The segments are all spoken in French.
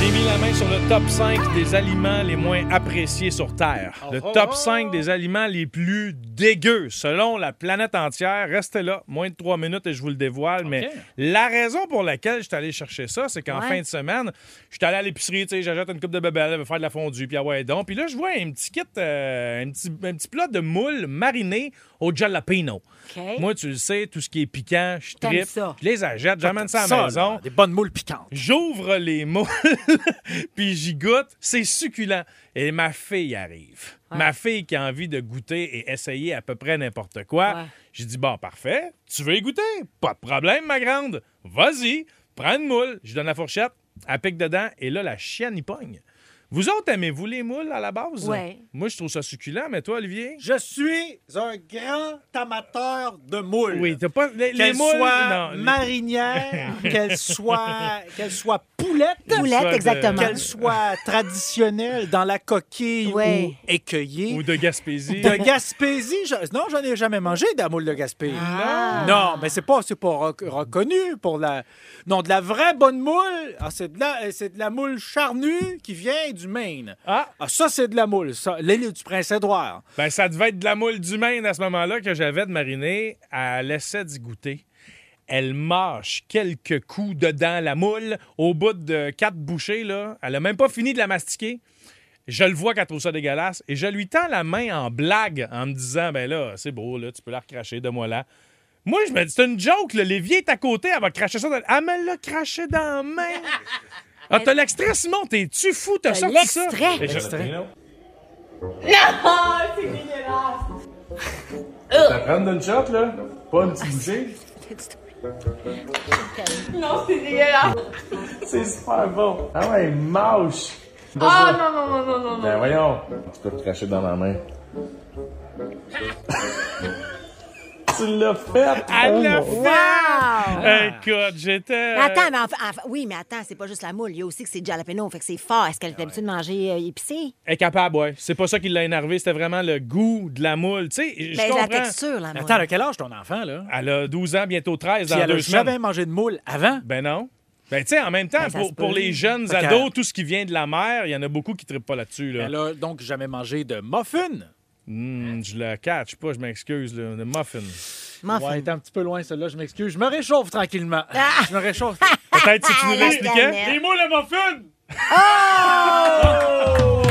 J'ai mis la main sur le top 5 des aliments les moins appréciés sur Terre. Le top 5 des aliments les plus dégueux selon la planète entière. Restez là, moins de 3 minutes et je vous le dévoile. Mais la raison pour laquelle je suis allé chercher ça, c'est qu'en Ouais. fin de semaine, je suis allé à l'épicerie, tu sais, j'achète une coupe de bébelle, je vais faire de la fondue, puis ah ouais, donc. Puis là, je vois un petit kit, euh, un, petit, un petit plat de moules mariné au jalapeno. OK. Moi, tu le sais, tout ce qui est piquant, je T'aimes tripe. ça. Je les achète, j'amène ça à la maison. là, des bonnes moules piquantes. J'ouvre les moules, puis j'y goûte. C'est succulent. Et ma fille arrive. Ma fille qui a envie de goûter et essayer à peu près n'importe quoi. Ouais. J'ai dit, bon, parfait. Tu veux y goûter? Pas de problème, ma grande. Vas-y, prends une moule. Je donne la fourchette, elle pique dedans, et là, la chienne y pogne. Vous autres, aimez-vous les moules à la base? Ouais. Moi, je trouve ça succulent, mais toi, Olivier? Je suis un grand amateur de moules. Oui, t'as pas. Les, les Qu'elles moules. soient non, les- marinières, qu'elles soient, qu'elles soient poulettes, Poulettes. Poulette, de- exactement. qu'elles soient traditionnelles dans la coquille Ouais. ou écueillées. Ou de Gaspésie. De Gaspésie, je- non, j'en ai jamais mangé de la moule de Gaspésie. Ah. Non, mais c'est pas, c'est pas rec- reconnu pour la. Non, de la vraie bonne moule, ah, c'est de la, c'est de la moule charnue qui vient du Maine. Ah! Ah, ça, c'est de la moule, ça. L'île du Prince-Édouard. Ben, ça devait être de la moule du Maine à ce moment-là que j'avais de mariner. Elle laissait d'y goûter. Elle mâche quelques coups dedans la moule. Au bout de quatre bouchées, là, elle a même pas fini de la mastiquer. Je le vois qu'elle trouve ça dégueulasse. Et je lui tends la main en blague en me disant Ben là, c'est beau, là, tu peux la recracher, de moi là. Moi, je me dis C'est une joke, le l'évier est à côté, elle va cracher ça. Dans... Elle me l'a craché dans la main. Ah, t'as l'extrait, Simon, t'es-tu fou? T'as T'as sorti ça? l'extrait. Et je- Prendre une shot, là. Pas une petite bouchée. Non, c'est dégueulasse. C'est super bon. Ah ouais, mâche. Ah non, non, non, non, non, non. Ben voyons. Tu peux te cracher dans ma main. tu l'as fait. Elle l'a fait! Wow! Écoute, j'étais. euh, Mais Attends, mais enfin- enfin- oui, mais attends, c'est pas juste la moule. Il y a aussi que c'est jalapeno, fait que c'est fort. Est-ce qu'elle Ah est habituée de manger euh, épicé? Incapable, ouais. C'est pas ça qui l'a énervé, c'était vraiment le goût de la moule. Tu sais, je Ben, la comprends. texture, la moule. Attends, à quel âge ton enfant, là? Elle a 12 ans, bientôt 13 Puis dans elle a deux semaines. jamais mangé de moule avant. Ben non. Ben, tu sais, en même temps, Ben, ça pour, se pour peut. les jeunes Fait Ben, ados, qu'elle- tout ce qui vient de la mer, il y en a beaucoup qui ne trippent pas là-dessus. Là. Elle a donc jamais mangé de muffin. Hmm, je le catch pas, je m'excuse. là. Le muffin. Muffin. Ouais, t'es un petit peu loin, celle-là, je m'excuse. Je me réchauffe tranquillement. Ah! Je me réchauffe. Peut-être si tu nous La l'expliquais. gamelle. Les moules à muffin!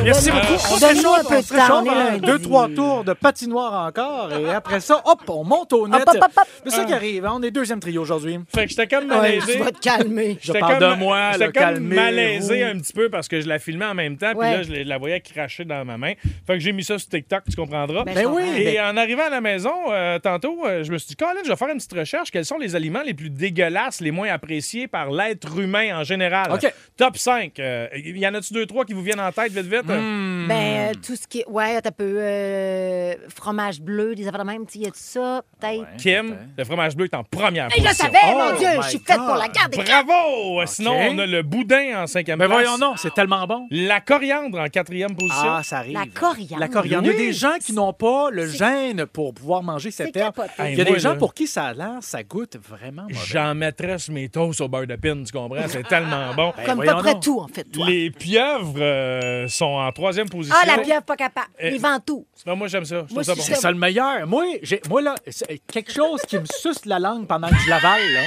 Merci Donne-nous- beaucoup. on On se Euh, donne-nous un réchauffe, peu on de se temps, réchauffe on est hein, lundi. deux, trois tours de patinoire encore. Et après ça, hop, on monte au net. hop, hop, hop. C'est ça qui arrive. hein, On est deuxième trio aujourd'hui. Fait que j'étais comme Ouais, malaisé. tu vas te calmer. Je J'étais parle comme- de moi, j'étais là, comme calmez-vous. malaisé un petit peu parce que je la filmais en même temps, puis Ouais. là, je la- la voyais cracher dans ma main. Fait que j'ai mis ça sur TikTok, tu comprendras. Ben, Ben je oui. comprends. Et en arrivant à la maison, euh, tantôt, euh, je me suis dit, Colin, je vais faire une petite recherche. Quels sont les aliments les plus dégueulasses, les moins appréciés par l'être humain en général? OK. Top 5. Euh, Il y en a-tu deux, trois qui vous viennent en tête, vite, vite? Hmm. Ben, euh, tout ce qui est. Ouais, t'as peu. euh, fromage bleu, des affaires de même. Tu sais, y a tout ça, peut-être. Kim, le fromage bleu est en première Hey, je le position. savais, Ah Oh mon Dieu, my je suis faite God. pour la garde des crabes. Bravo! Sinon, on a le boudin en cinquième Mais place. Ben voyons non, c'est tellement bon. La coriandre en quatrième position. Ah, ça arrive. La coriandre. La coriandre. Il y a Oui. des gens qui n'ont pas le gène pour pouvoir manger cette C'est herbe. capoté. Il y a Hey, moi, des gens là- pour qui ça a l'air, ça goûte vraiment mauvais. J'en mettrais sur mes toasts au beurre de pin, tu comprends? C'est tellement bon. Comme à Ben, voyons peu près donc. tout, en fait, Ben, toi. Les pieuvres euh, sont en troisième position. Ah, la pieuvre pas capable. Eh. Les ventouses. Non, moi, j'aime ça. Je trouve Moi, ça si bon. C'est ça le meilleur. Moi, j'ai- moi là, c'est quelque chose qui me suce la langue pendant que je l'avale. là.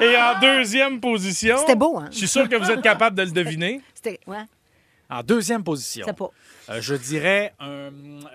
Et en deuxième position... C'était beau, hein? Je suis sûr que vous êtes capable de le deviner. C'était. Ouais, En deuxième position, c'est pas. euh, je dirais un.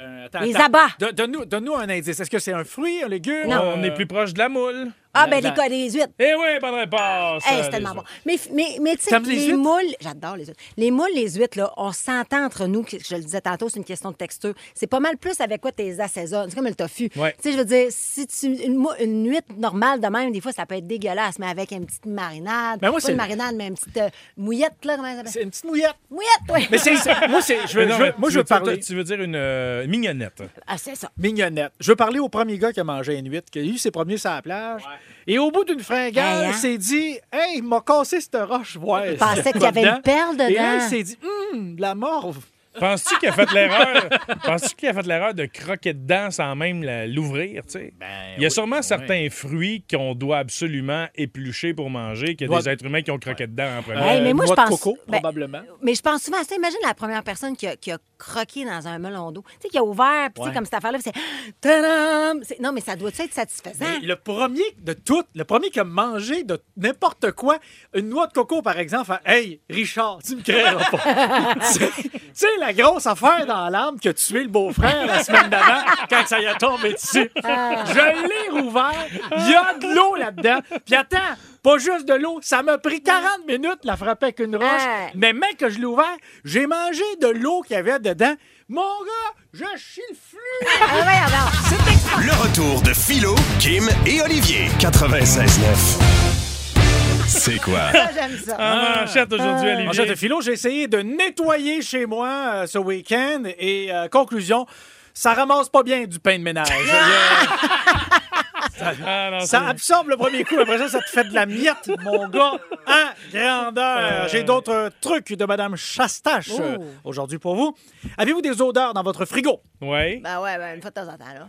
euh, attends, Les attends. abats. Don- Donne-nous donne-nous un indice. Est-ce que c'est un fruit, un légume? euh, Non. On est plus proche de la moule. Ah, La- ben, les, la- co- les huîtres. Eh oui, bonne réponse. Hey, euh, c'est tellement les bon. autres. Mais, mais, mais tu sais, T'aimes les les huîtres? moules, j'adore les huîtres. Les moules, les huîtres, là, on s'entend entre nous, que je le disais tantôt, c'est une question de texture. C'est pas mal plus avec quoi tes assaisonnes. C'est comme le tofu. Ouais. Tu sais, je veux dire, si tu. Une, mou- une huître normale de même, des fois, ça peut être dégueulasse, mais avec une petite marinade. Ben moi, pas c'est- une marinade, mais une petite euh, mouillette, là, comment ça s'appelle? C'est une petite mouillette. Mouillette, oui. Mais c'est. c'est- Moi, c'est. Je Mais veux, non, Euh, je veux- mais moi, tu je veux veux dire- parler. Tu veux dire une euh, mignonnette. Ah, c'est ça. Mignonnette. Je veux parler au premier gars qui a mangé une huître, qui a eu ses premiers sur la plage. Et au bout d'une fringale, Hey, hein? il s'est dit Hey, il m'a cassé cette roche, ouais. pensais qu'il y avait une perle dedans. Et là, il s'est dit Hum, de la morve. Penses-tu qu'il a fait l'erreur? Penses-tu qu'il a fait l'erreur de croquer dedans sans même la- l'ouvrir, tu sais? Ben, Il y a sûrement certains fruits qu'on doit absolument éplucher pour manger, qu'il y a Doit- des êtres humains qui ont croqué dedans en premier. Hey, mais moi, Euh, noix je de pense- coco, ben- probablement. Mais je pense souvent à ça. Imagine la première personne qui a, qui a croqué dans un melon d'eau. Tu sais, qui a ouvert, puis tu sais, Ouais. comme cette affaire-là, puis c'est... Tadam! C'est- Non, mais ça doit être satisfaisant. Mais le premier de tout, le premier qui a mangé de n'importe quoi, une noix de coco, par exemple, fait, Hey, Richard, tu me créeras pas. C'est- c'est la grosse affaire dans l'âme que tu es le beau-frère la semaine d'avant quand ça y a tombé dessus. Je l'ai rouvert, il y a de l'eau là-dedans. Puis attends, pas juste de l'eau, ça m'a pris 40 minutes de la frapper avec une roche. Hey. Mais mec, que je l'ai ouvert, j'ai mangé de l'eau qu'il y avait dedans. Mon gars, je chie le flux. Ah ouais, alors, Le retour de Philo, Kim et Olivier. 96.9. C'est quoi? ça, j'aime ça. En Ah, manchette aujourd'hui, Olivier. Ah. Manchette de philo, j'ai essayé de nettoyer chez moi euh, ce week-end et euh, conclusion, ça ramasse pas bien du pain de ménage. Euh, Ah, non, ça c'est- absorbe le premier coup, après ça, ça te fait de la miette, mon gars, à grandeur. J'ai d'autres euh, trucs de Madame Chastache euh, Oh. aujourd'hui pour vous. Avez-vous des odeurs dans votre frigo? Ouais. Ben ouais, ben, une fois de temps en temps, là.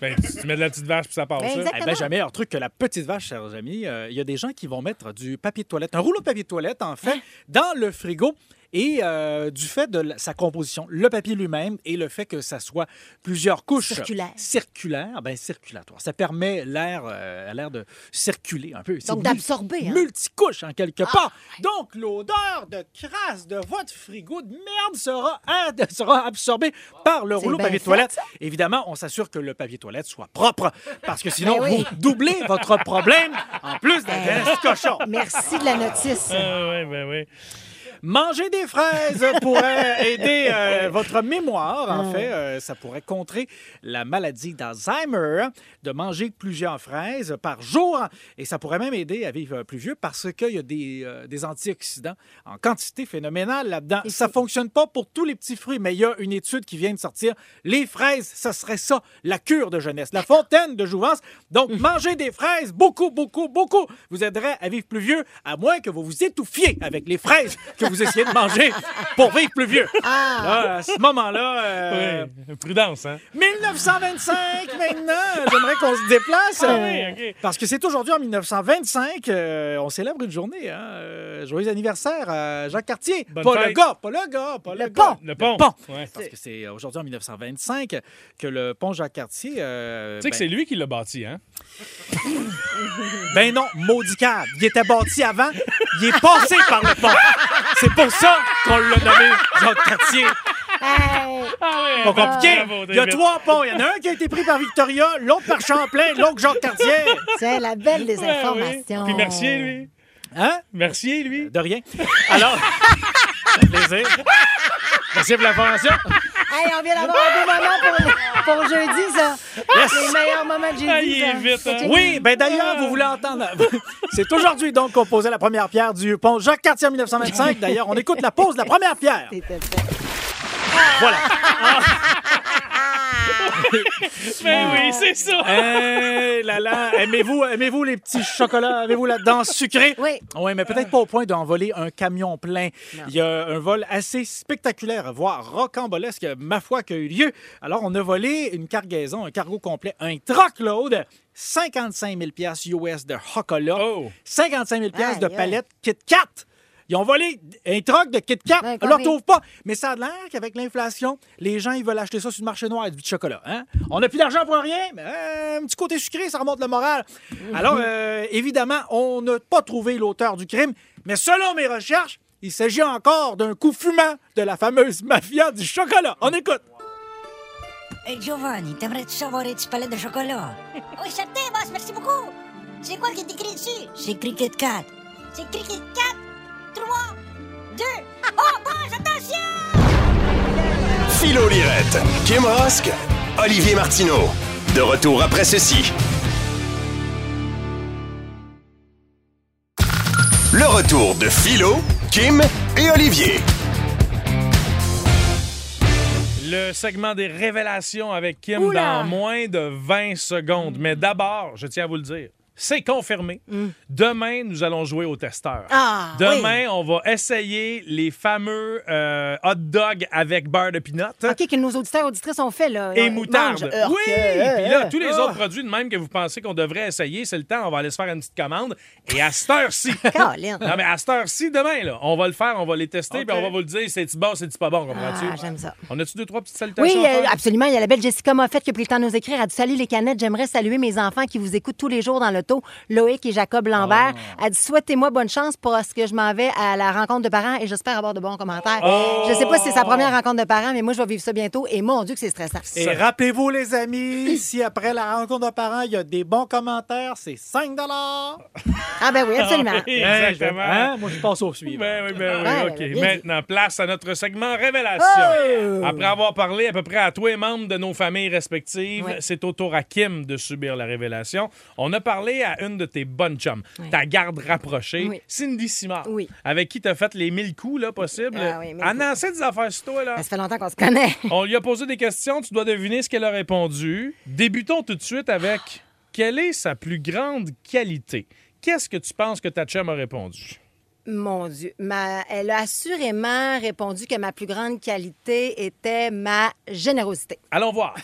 Ben, tu, tu mets de la petite vache puis ça hein. part. Ben, ça. exact. Eh ben, j'ai un meilleur truc que la petite vache, chers amis. Euh, Il y a des gens qui vont mettre du papier de toilette, un rouleau de papier de toilette, en Hein? fait, dans le frigo. Et euh, du fait de la- sa composition, le papier lui-même et le fait que ça soit plusieurs couches Circulaire. circulaires, ben circulatoire, ça permet l'air euh, à l'air de circuler un peu. C'est Donc, mul- d'absorber, hein. Ah, Multicouche en quelque part. Donc l'odeur de crasse de votre frigo de merde sera, à- sera absorbée par le C'est rouleau de bien papier de fait, toilette. Évidemment, on s'assure que le papier toilette soit propre, parce que sinon, Ben oui. vous doublez votre problème en plus d'un Ben. reste cochon. Merci de la notice. Ah, ouais, ben, ouais. Manger des fraises pourrait aider euh, votre mémoire. Ah. En fait, euh, ça pourrait contrer la maladie d'Alzheimer, de manger plusieurs fraises par jour. Et ça pourrait même aider à vivre plus vieux parce qu'il y a des, euh, des antioxydants en quantité phénoménale là-dedans. Et Ça c'est- fonctionne pas pour tous les petits fruits, mais il y a une étude qui vient de sortir. Les fraises, ça serait ça, la cure de jeunesse, la fontaine de jouvence. Donc, manger des fraises, beaucoup, beaucoup, beaucoup, vous aiderait à vivre plus vieux, à moins que vous vous étouffiez avec les fraises que vous essayez de manger pour vivre plus vieux. Là, à ce moment-là, Ah! euh, Ouais. Prudence, hein? 1925 maintenant, j'aimerais qu'on se déplace. Ah oui, ok. Parce que c'est aujourd'hui en 1925, euh, on célèbre une journée. hein. Euh, joyeux anniversaire à Jacques Cartier. Bonne pas le fête. gars, pas le gars, pas Oh, le, Le gars. pont. Le pont. pont. Ouais. Parce que c'est euh, aujourd'hui en 1925 que le pont Jacques Cartier. euh, Tu sais que c'est ben, lui qui l'a bâti, hein? ben non, maudit cave. Il était bâti avant, il est passé par le pont. C'est pour ça qu'on l'a nommé Jacques Cartier. Hey, Ah. Pas compliqué. Ah. Bravo, Il y a David. trois ponts. Il y en a un qui a été pris par Victoria, l'autre par Champlain, l'autre Jacques Cartier. c'est la belle des Ouais, informations. oui. Puis Mercier, lui. Hein? Mercier, lui. De rien. Alors, un plaisir. Merci pour l'information. Hey, on vient d'avoir un beau moment pour, pour jeudi, ça. Yes. C'est le meilleur moment de jeudi. Ah, il est ça. vite, Faut hein. checker. Oui, ben d'ailleurs, vous voulez entendre. C'est aujourd'hui donc qu'on posait la première pierre du pont Jacques Cartier en 1925. D'ailleurs, on écoute la pose de la première pierre. C'était fait. Voilà. Ben oui, c'est ça. Hey, là là, aimez-vous aimez-vous les petits chocolats, avez-vous là-dedans sucré Oui. Oui, mais peut-être pas au point d'envoler un camion plein. Il y a un vol assez spectaculaire, voire rocambolesque, ma foi, qui a eu lieu. Alors, on a volé une cargaison, un cargo complet, un truckload, 55 000 pièces US de chocolat, Oh. 55 000 pièces de Aïe, aïe. palettes Kit Kat. Ils ont volé un troc de Kit Kat. Ben, On le combien? retrouve pas. Mais ça a l'air qu'avec l'inflation, les gens, ils veulent acheter ça sur le marché noir, du chocolat. hein? On n'a plus d'argent pour rien, mais euh, un petit côté sucré, ça remonte le moral. Alors, euh, évidemment, on n'a pas trouvé l'auteur du crime, mais selon mes recherches, il s'agit encore d'un coup fumant de la fameuse mafia du chocolat. On écoute. Hey Giovanni, t'aimerais-tu savourer du palais de chocolat? Oui, certain, boss, merci beaucoup. C'est quoi qui est écrit dessus? C'est Cricket Cat. C'est écrit 4, 3, 2. Oh, boss, attention! Philo Lirette, Kim Rosk, Olivier Martineau. De retour après ceci. Le retour de Philo, Kim et Olivier. Le segment des révélations avec Kim Oula. dans moins de 20 secondes. Mais d'abord, je tiens à vous le dire, c'est confirmé. Demain, nous allons jouer au testeur. Ah, Demain, on va essayer les fameux euh, hot dogs avec beurre de peanut. OK, que nos auditeurs auditrices ont fait, là. Et Ils moutarde. mangent, heurte, oui! euh, Puis là, euh, tous les autres produits de même que vous pensez qu'on devrait essayer, c'est le temps, on va aller se faire une petite commande. Et à cette heure-ci. Colin. non, mais à cette heure-ci, demain, là, on va le faire, on va les tester, OK. puis on va vous le dire, c'est-tu bon, c'est-tu pas bon, comprends-tu? Ah, j'aime ça. On a-tu deux, trois petites salutations? Oui, à faire? euh, absolument. Il y a la belle Jessica Moffett qui a pris le temps de nous écrire. Elle a dit Salut les canettes, j'aimerais saluer mes enfants qui vous écoutent tous les jours dans l'auto, Loïc et Jacob Lambert. Ah. Elle dit Souhaitez-moi bonne chance parce que je m'en vais à la rencontre de parents et j'espère avoir de bons commentaires. Oh! Je sais pas si c'est sa première rencontre de parents, mais moi, je vais vivre ça bientôt et mon Dieu, que c'est stressant. Et rappelez-vous, les amis, si après la rencontre de parents, il y a des bons commentaires, c'est 5 Ah, ben oui, absolument. Exactement. Hein? Moi, je passe au suivant. Ben oui, ben oui, Ah, ben, OK. bien Maintenant, place à notre segment Révélation. Oh! Après avoir parlé à peu près à tous les membres de nos familles respectives, Ouais. c'est au tour à Kim de subir la révélation. On a parlé à une de tes bonnes chums, ta garde rapprochée, Oui. Cindy Simard, Oui. avec qui t'as fait les mille coups là, possibles. Ah oui, mille Ah, Annoncer des affaires sur toi, là. Ça fait longtemps qu'on se connaît. On lui a posé des questions, tu dois deviner ce qu'elle a répondu. Débutons tout de suite avec quelle est sa plus grande qualité? Qu'est-ce que tu penses que ta chum a répondu? Mon Dieu. Ma- Elle a assurément répondu que ma plus grande qualité était ma générosité. Allons voir.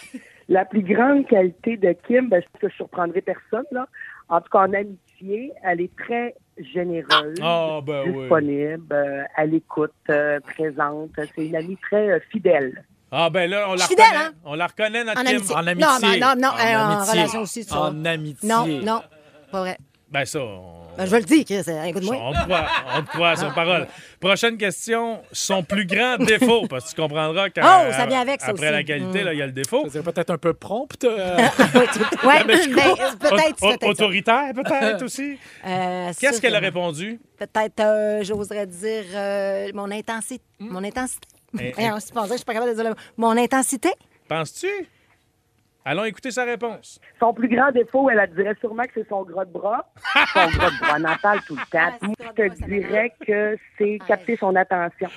La plus grande qualité de Kim, ben, je pense que je surprendrai personne, là. En tout cas, en amitié, elle est très généreuse, Ah, ben oui. disponible, euh, à l'écoute, euh, présente. C'est une amie très euh, fidèle. Ah ben là, on la Fidèle, reconnaît. hein? On la reconnaît, notre En Kim. amitié. Ah, En amitié. Non, ben, non, non, En euh, en amitié. relation aussi, tu En vois. amitié. Non, non, pas vrai. Ben ça, on, Ben, je vais le dire, Chris. euh, Écoute-moi. on te croit, on te croit à son parole. Prochaine question, son plus grand défaut, parce que tu comprendras quand Oh, ça vient avec, ça après aussi. la qualité, là, il y a le défaut. Ça serait peut-être un peu prompt. euh, Oui, tu- ouais, ben, peut-être, Aut- aut- peut-être. ça. autoritaire, peut-être aussi. Euh, Qu'est-ce qu'elle a sûrement. répondu? Peut-être, euh, j'oserais dire euh, mon intensité. Mon intensité. Hmm. Eh, Eh, on se pensait que je suis pas capable de dire le mot. Mon intensité? Penses-tu? Allons écouter sa réponse. Son plus grand défaut, elle, elle dirait sûrement que c'est son gros de bras. Son gros de bras, on en parle tout le temps. Ah, c'est Moi, gros de je bras, ça te dirais que c'est capter son attention.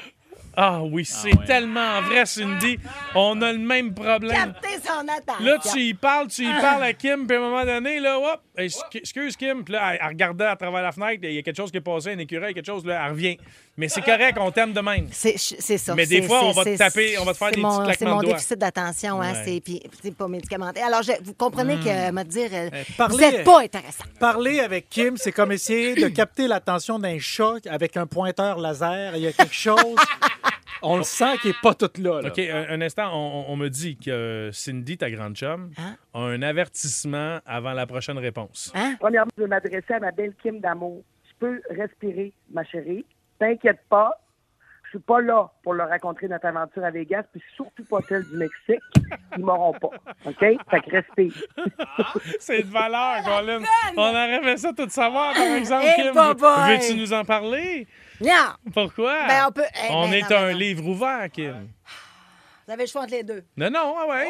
Ah oui, c'est tellement vrai, Cindy. On a le même problème. Captez son attaque. Hmm. Là, tu y parles, tu y Ah. parles à Kim, puis à un moment donné, là, hop, excu- excuse Kim, puis là, elle, elle regardait à travers la fenêtre, il y a quelque chose qui est passé, un écureuil, quelque chose, là, elle revient. Mais c'est correct, on t'aime de même. C'est c'est ça. Mais des c'est- fois, on c'est- va te c'est- taper, on va te faire c'est des mon- petits claquements C'est de mon doigts. déficit d'attention, hein, Ouais. Hmm. c'est puis c'est pas médicamenté. Alors, je- vous comprenez que, me dire, euh, Eh, vous parlez- n'êtes pas intéressant. Parler avec Kim, c'est comme essayer de capter l'attention d'un chat avec un pointeur laser. Il y a quelque chose. On le sent qui n'est pas tout là. là. OK, un, un instant, on, on- on me dit que Cindy, ta grande chum, Hein? a un avertissement avant la prochaine réponse. Hein? Premièrement, je veux m'adresser à ma belle Kim d'amour. Tu peux respirer, ma chérie. T'inquiète pas. Je suis pas là pour leur raconter notre aventure à Vegas, puis surtout pas celle du Mexique. Ils m'auront pas. OK? Fait que respire. C'est de Ah, valeur, Colin. On aurait fait ça tout savoir, par exemple, Eh, Kim. bye bye. Veux-tu nous en parler? Non! Pourquoi? Ben, on peut- eh, On ben, est non, un ben, non. Ah livre ouvert, Kim. Vous avez le choix entre les deux. Non, non, ah ouais.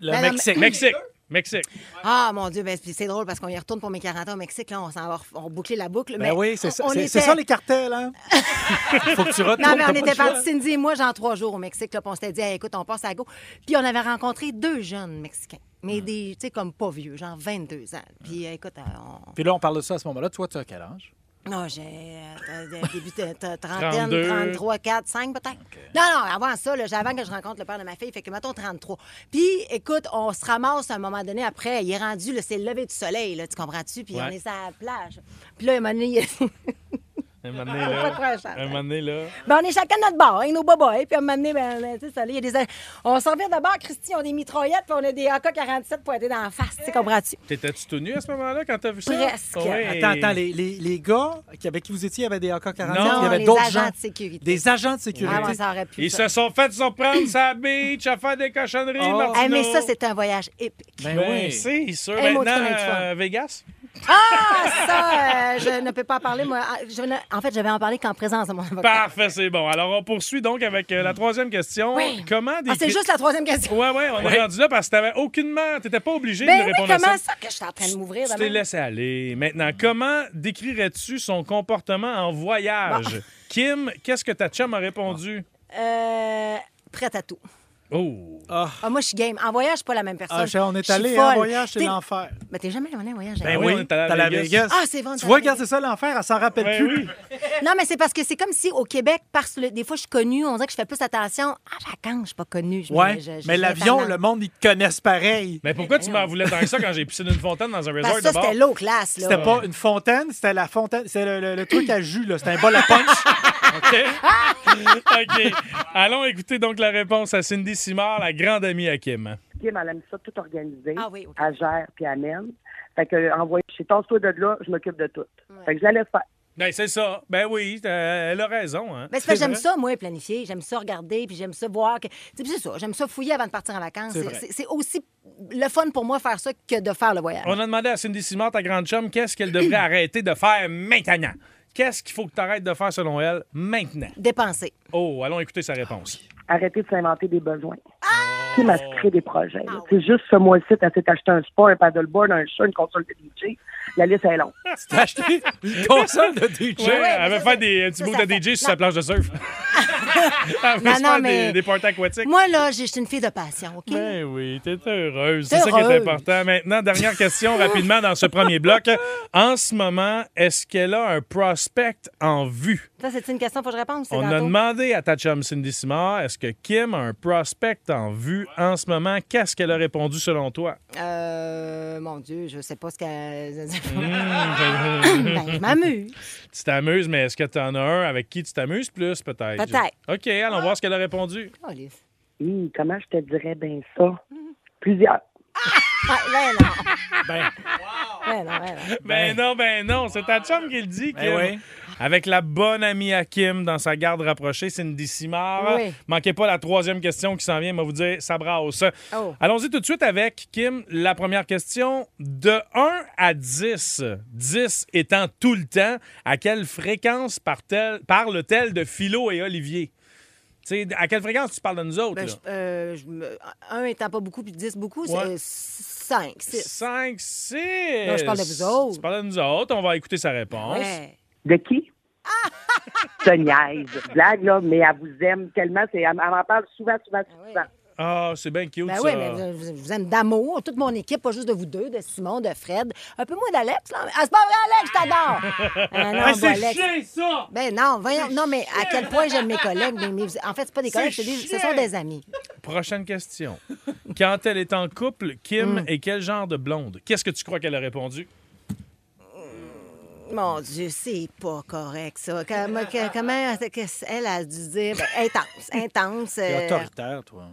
Le Ben non, Mexique. Mexique, Mexique. Ah, mon Dieu, ben, puis c'est drôle parce qu'on y retourne pour mes 40 ans au Mexique. Là, on s'en va ref- on boucler la boucle. Ben mais oui, c'est ça, on c'est- était- c'est ça les cartels. Hein? faut que tu Non, retournes. mais t'as on pas était le choix. partis, Cindy et moi, genre trois jours au Mexique. Là, puis on s'était dit, Hey, écoute, on passe à go. Puis on avait rencontré deux jeunes Mexicains, mais Mm. des, tu sais, comme pas vieux, genre 22 ans. Puis euh, écoute, euh, on... Puis là, on parle de ça à ce moment-là. Toi, tu as quel âge? non, j'ai euh, t'as- début de t'as trentaine, 32. 33, 4, 5 peut-être. Non, non, avant ça, là, j'ai- avant que je rencontre le père de ma fille, fait que mettons 33. Puis écoute, on se ramasse à un moment donné après, il est rendu, là, c'est le lever du soleil, là, tu comprends-tu? Puis Ouais. on est sur la plage. Puis là, à un moment donné, il- Un moment donné, Ah, Euh, Pas de là. prochain. Un moment donné, là. Ben, on est chacun de notre bord, hein, nos bobas. Puis à un moment donné, ben, ben, tu sais, ça, là, il y a des. On s'en vient d'abord, Christy, on a des mitraillettes, puis on a des AK-47 pointés dans la face. Tu sais, comprends-tu? T'étais-tu tout nu à ce moment-là quand t'as vu ça? Presque. Ouais. Attends, attends, les, les, les gars qui- avec qui vous étiez, il y avait des AK-47, Non, il y avait les d'autres agents gens. de sécurité. Des agents de sécurité. Ah, ouais, ça aurait pu. Ils ça. se sont fait surprendre sa beach à faire des cochonneries, Oh. Martineau. Eh, mais ça, c'est un voyage épique. Ben Ben, oui. c'est sûr. Eh, moi, Maintenant, tu connais du fun. euh, Vegas? Ah, ça, euh, je ne peux pas en parler, moi. Ah, je ne- En fait, je vais en parler qu'en présence de mon avocat. Parfait, c'est bon. Alors, on poursuit donc avec euh, la troisième question. Oui. Comment des... Ah, c'est juste la troisième question. Ouais, ouais, on est rendu là parce que t'avais aucunement... T'étais pas obligé de Ben oui, répondre comment à ça. ça ben que je suis en train de m'ouvrir? Tu demain? t'es laissé aller. Maintenant, comment décrirais-tu son comportement en Bah. voyage? Kim, qu'est-ce que ta chum a répondu? Euh, prête à tout. Oh! Ah, moi, je suis game. En voyage, je suis pas la même personne. Ah, je- on est Je suis allé en folle. voyage, c'est T'es- l'enfer. Mais t'es jamais allé en voyage. Ben hein? oui, on est allé à t'as la Vegas. Vegas. Ah, c'est vendredi. Tu vois, regarde, c'est ça l'enfer, elle s'en rappelle Ben plus. oui. Non, mais c'est parce que c'est comme si au Québec, parce que le- des fois, je suis connue, on dirait que je fais plus attention. Ah, vacances, je suis pas connue. Je me- Ouais, je- je- mais je- l'avion, je- le monde, ils te connaissent pareil. Mais pourquoi tu m'en voulais tant que ça quand j'ai pissé d'une fontaine dans un resort Parce que de ça, bord? c'était l'eau classe, là. C'était pas une fontaine, c'était la fontaine, c'est le, le- le truc à jus, là. C'était un bol à punch. OK. Allons écouter donc la réponse à Cindy Simard, la grande amie à Kim. Kim, elle aime ça tout organiser. Ah oui, ok. Elle gère puis elle mène. Fait que, euh, envoyé chez toi de là, je m'occupe de tout. Fait que je la laisse faire. Ben, c'est ça. Ben oui, euh, elle a raison. Hein? Mais Ben, c'est parce que j'aime ça, moi, planifier. J'aime ça regarder, puis j'aime ça voir. Que... Tu sais, puis C'est ça, j'aime ça fouiller avant de partir en vacances. C'est C'est- vrai. C'est c'est aussi le fun pour moi faire ça que de faire le voyage. On a demandé à Cindy Simard, ta grande chum, qu'est-ce qu'elle devrait arrêter de faire maintenant? Qu'est-ce qu'il faut que tu arrêtes de faire selon elle maintenant? Dépenser. Oh, allons écouter sa réponse. Ah Arrêtez de s'inventer des besoins. Kim a créé des projets. Ah là. C'est juste ce mois-ci, elle s'est acheté un sport, un paddleboard, un chat, une console de DJ. La liste est longue. Tu t'es acheté une console de DJ. Ouais, ouais, elle mais va ça, faire ça- des un petit ça, bout ça de fait- DJ sur sa planche de surf. elle veut Non, se non, faire des, mais- des parties aquatiques. Moi, là, j'ai- je suis une fille de passion, OK? Ben oui, t'es heureuse. T'es C'est ça qui est heureuse. important. Maintenant, dernière question rapidement dans ce premier bloc. En ce moment, est-ce qu'elle a un prospect en vue? Ça, c'est une question, faut que je réponde. ou c'est On a tantôt? demandé à ta chum Cindy Simard, est-ce que Kim a un prospect en vue en ce moment? Qu'est-ce qu'elle a répondu selon toi? Euh, mon Dieu, je sais pas ce qu'elle. ben, je m'amuse. Tu t'amuses, mais est-ce que tu en as un avec qui tu t'amuses plus, peut-être? Peut-être. OK, allons voir ce qu'elle a répondu. Calisse. Hum, comment je te dirais bien ça? Plusieurs. Ah, ben non. Ben, Ben non, ben non. Ben non, ben non, c'est ta chum qui le dit, Kim. Ben oui. Avec la bonne amie à Kim dans sa garde rapprochée, Cindy Simard. Oui. Manquez pas la troisième question qui s'en vient, elle va vous dire, ça brasse. Oh. Allons-y tout de suite avec, Kim, la première question. De 1 à 10, 10 étant tout le temps, à quelle fréquence parle-t-elle parle-t-elle de Philo et Olivier? Tu sais, à quelle fréquence tu parles de nous autres? Ben, je- euh, je me- un étant pas beaucoup, puis dix beaucoup, Ouais. c'est cinq, six. 5, 6. Non, je parle de vous autres. Tu parles de nous autres. On va écouter sa réponse. Ouais. De qui? Je niaise. Blague, là, mais elle vous aime tellement. c'est- Elle, elle m'en parle souvent, souvent, oui. souvent. Ah, c'est bien cute, Ben ça. oui, mais je, je- je vous aime d'amour, toute mon équipe, pas juste de vous deux, de Simon, de Fred. Un peu moins d'Alex, là. Ah, c'est pas vrai, Alex, je t'adore! Ah, non, bon, Alex. ça! Ben non, voyons. Non, mais à quel point j'aime mes collègues. mais- mais vous- en fait, c'est pas des collègues, c'est des- ce chiant. sont des amis. Prochaine question. Quand elle est en couple, Hmm. Kim est quel genre de blonde? Qu'est-ce que tu crois qu'elle a répondu? Hein? Mon Dieu, c'est pas correct, ça. Comment, que- comment que- que- elle a dû dire? Ben, intense, intense. T'es euh, autoritaire, toi.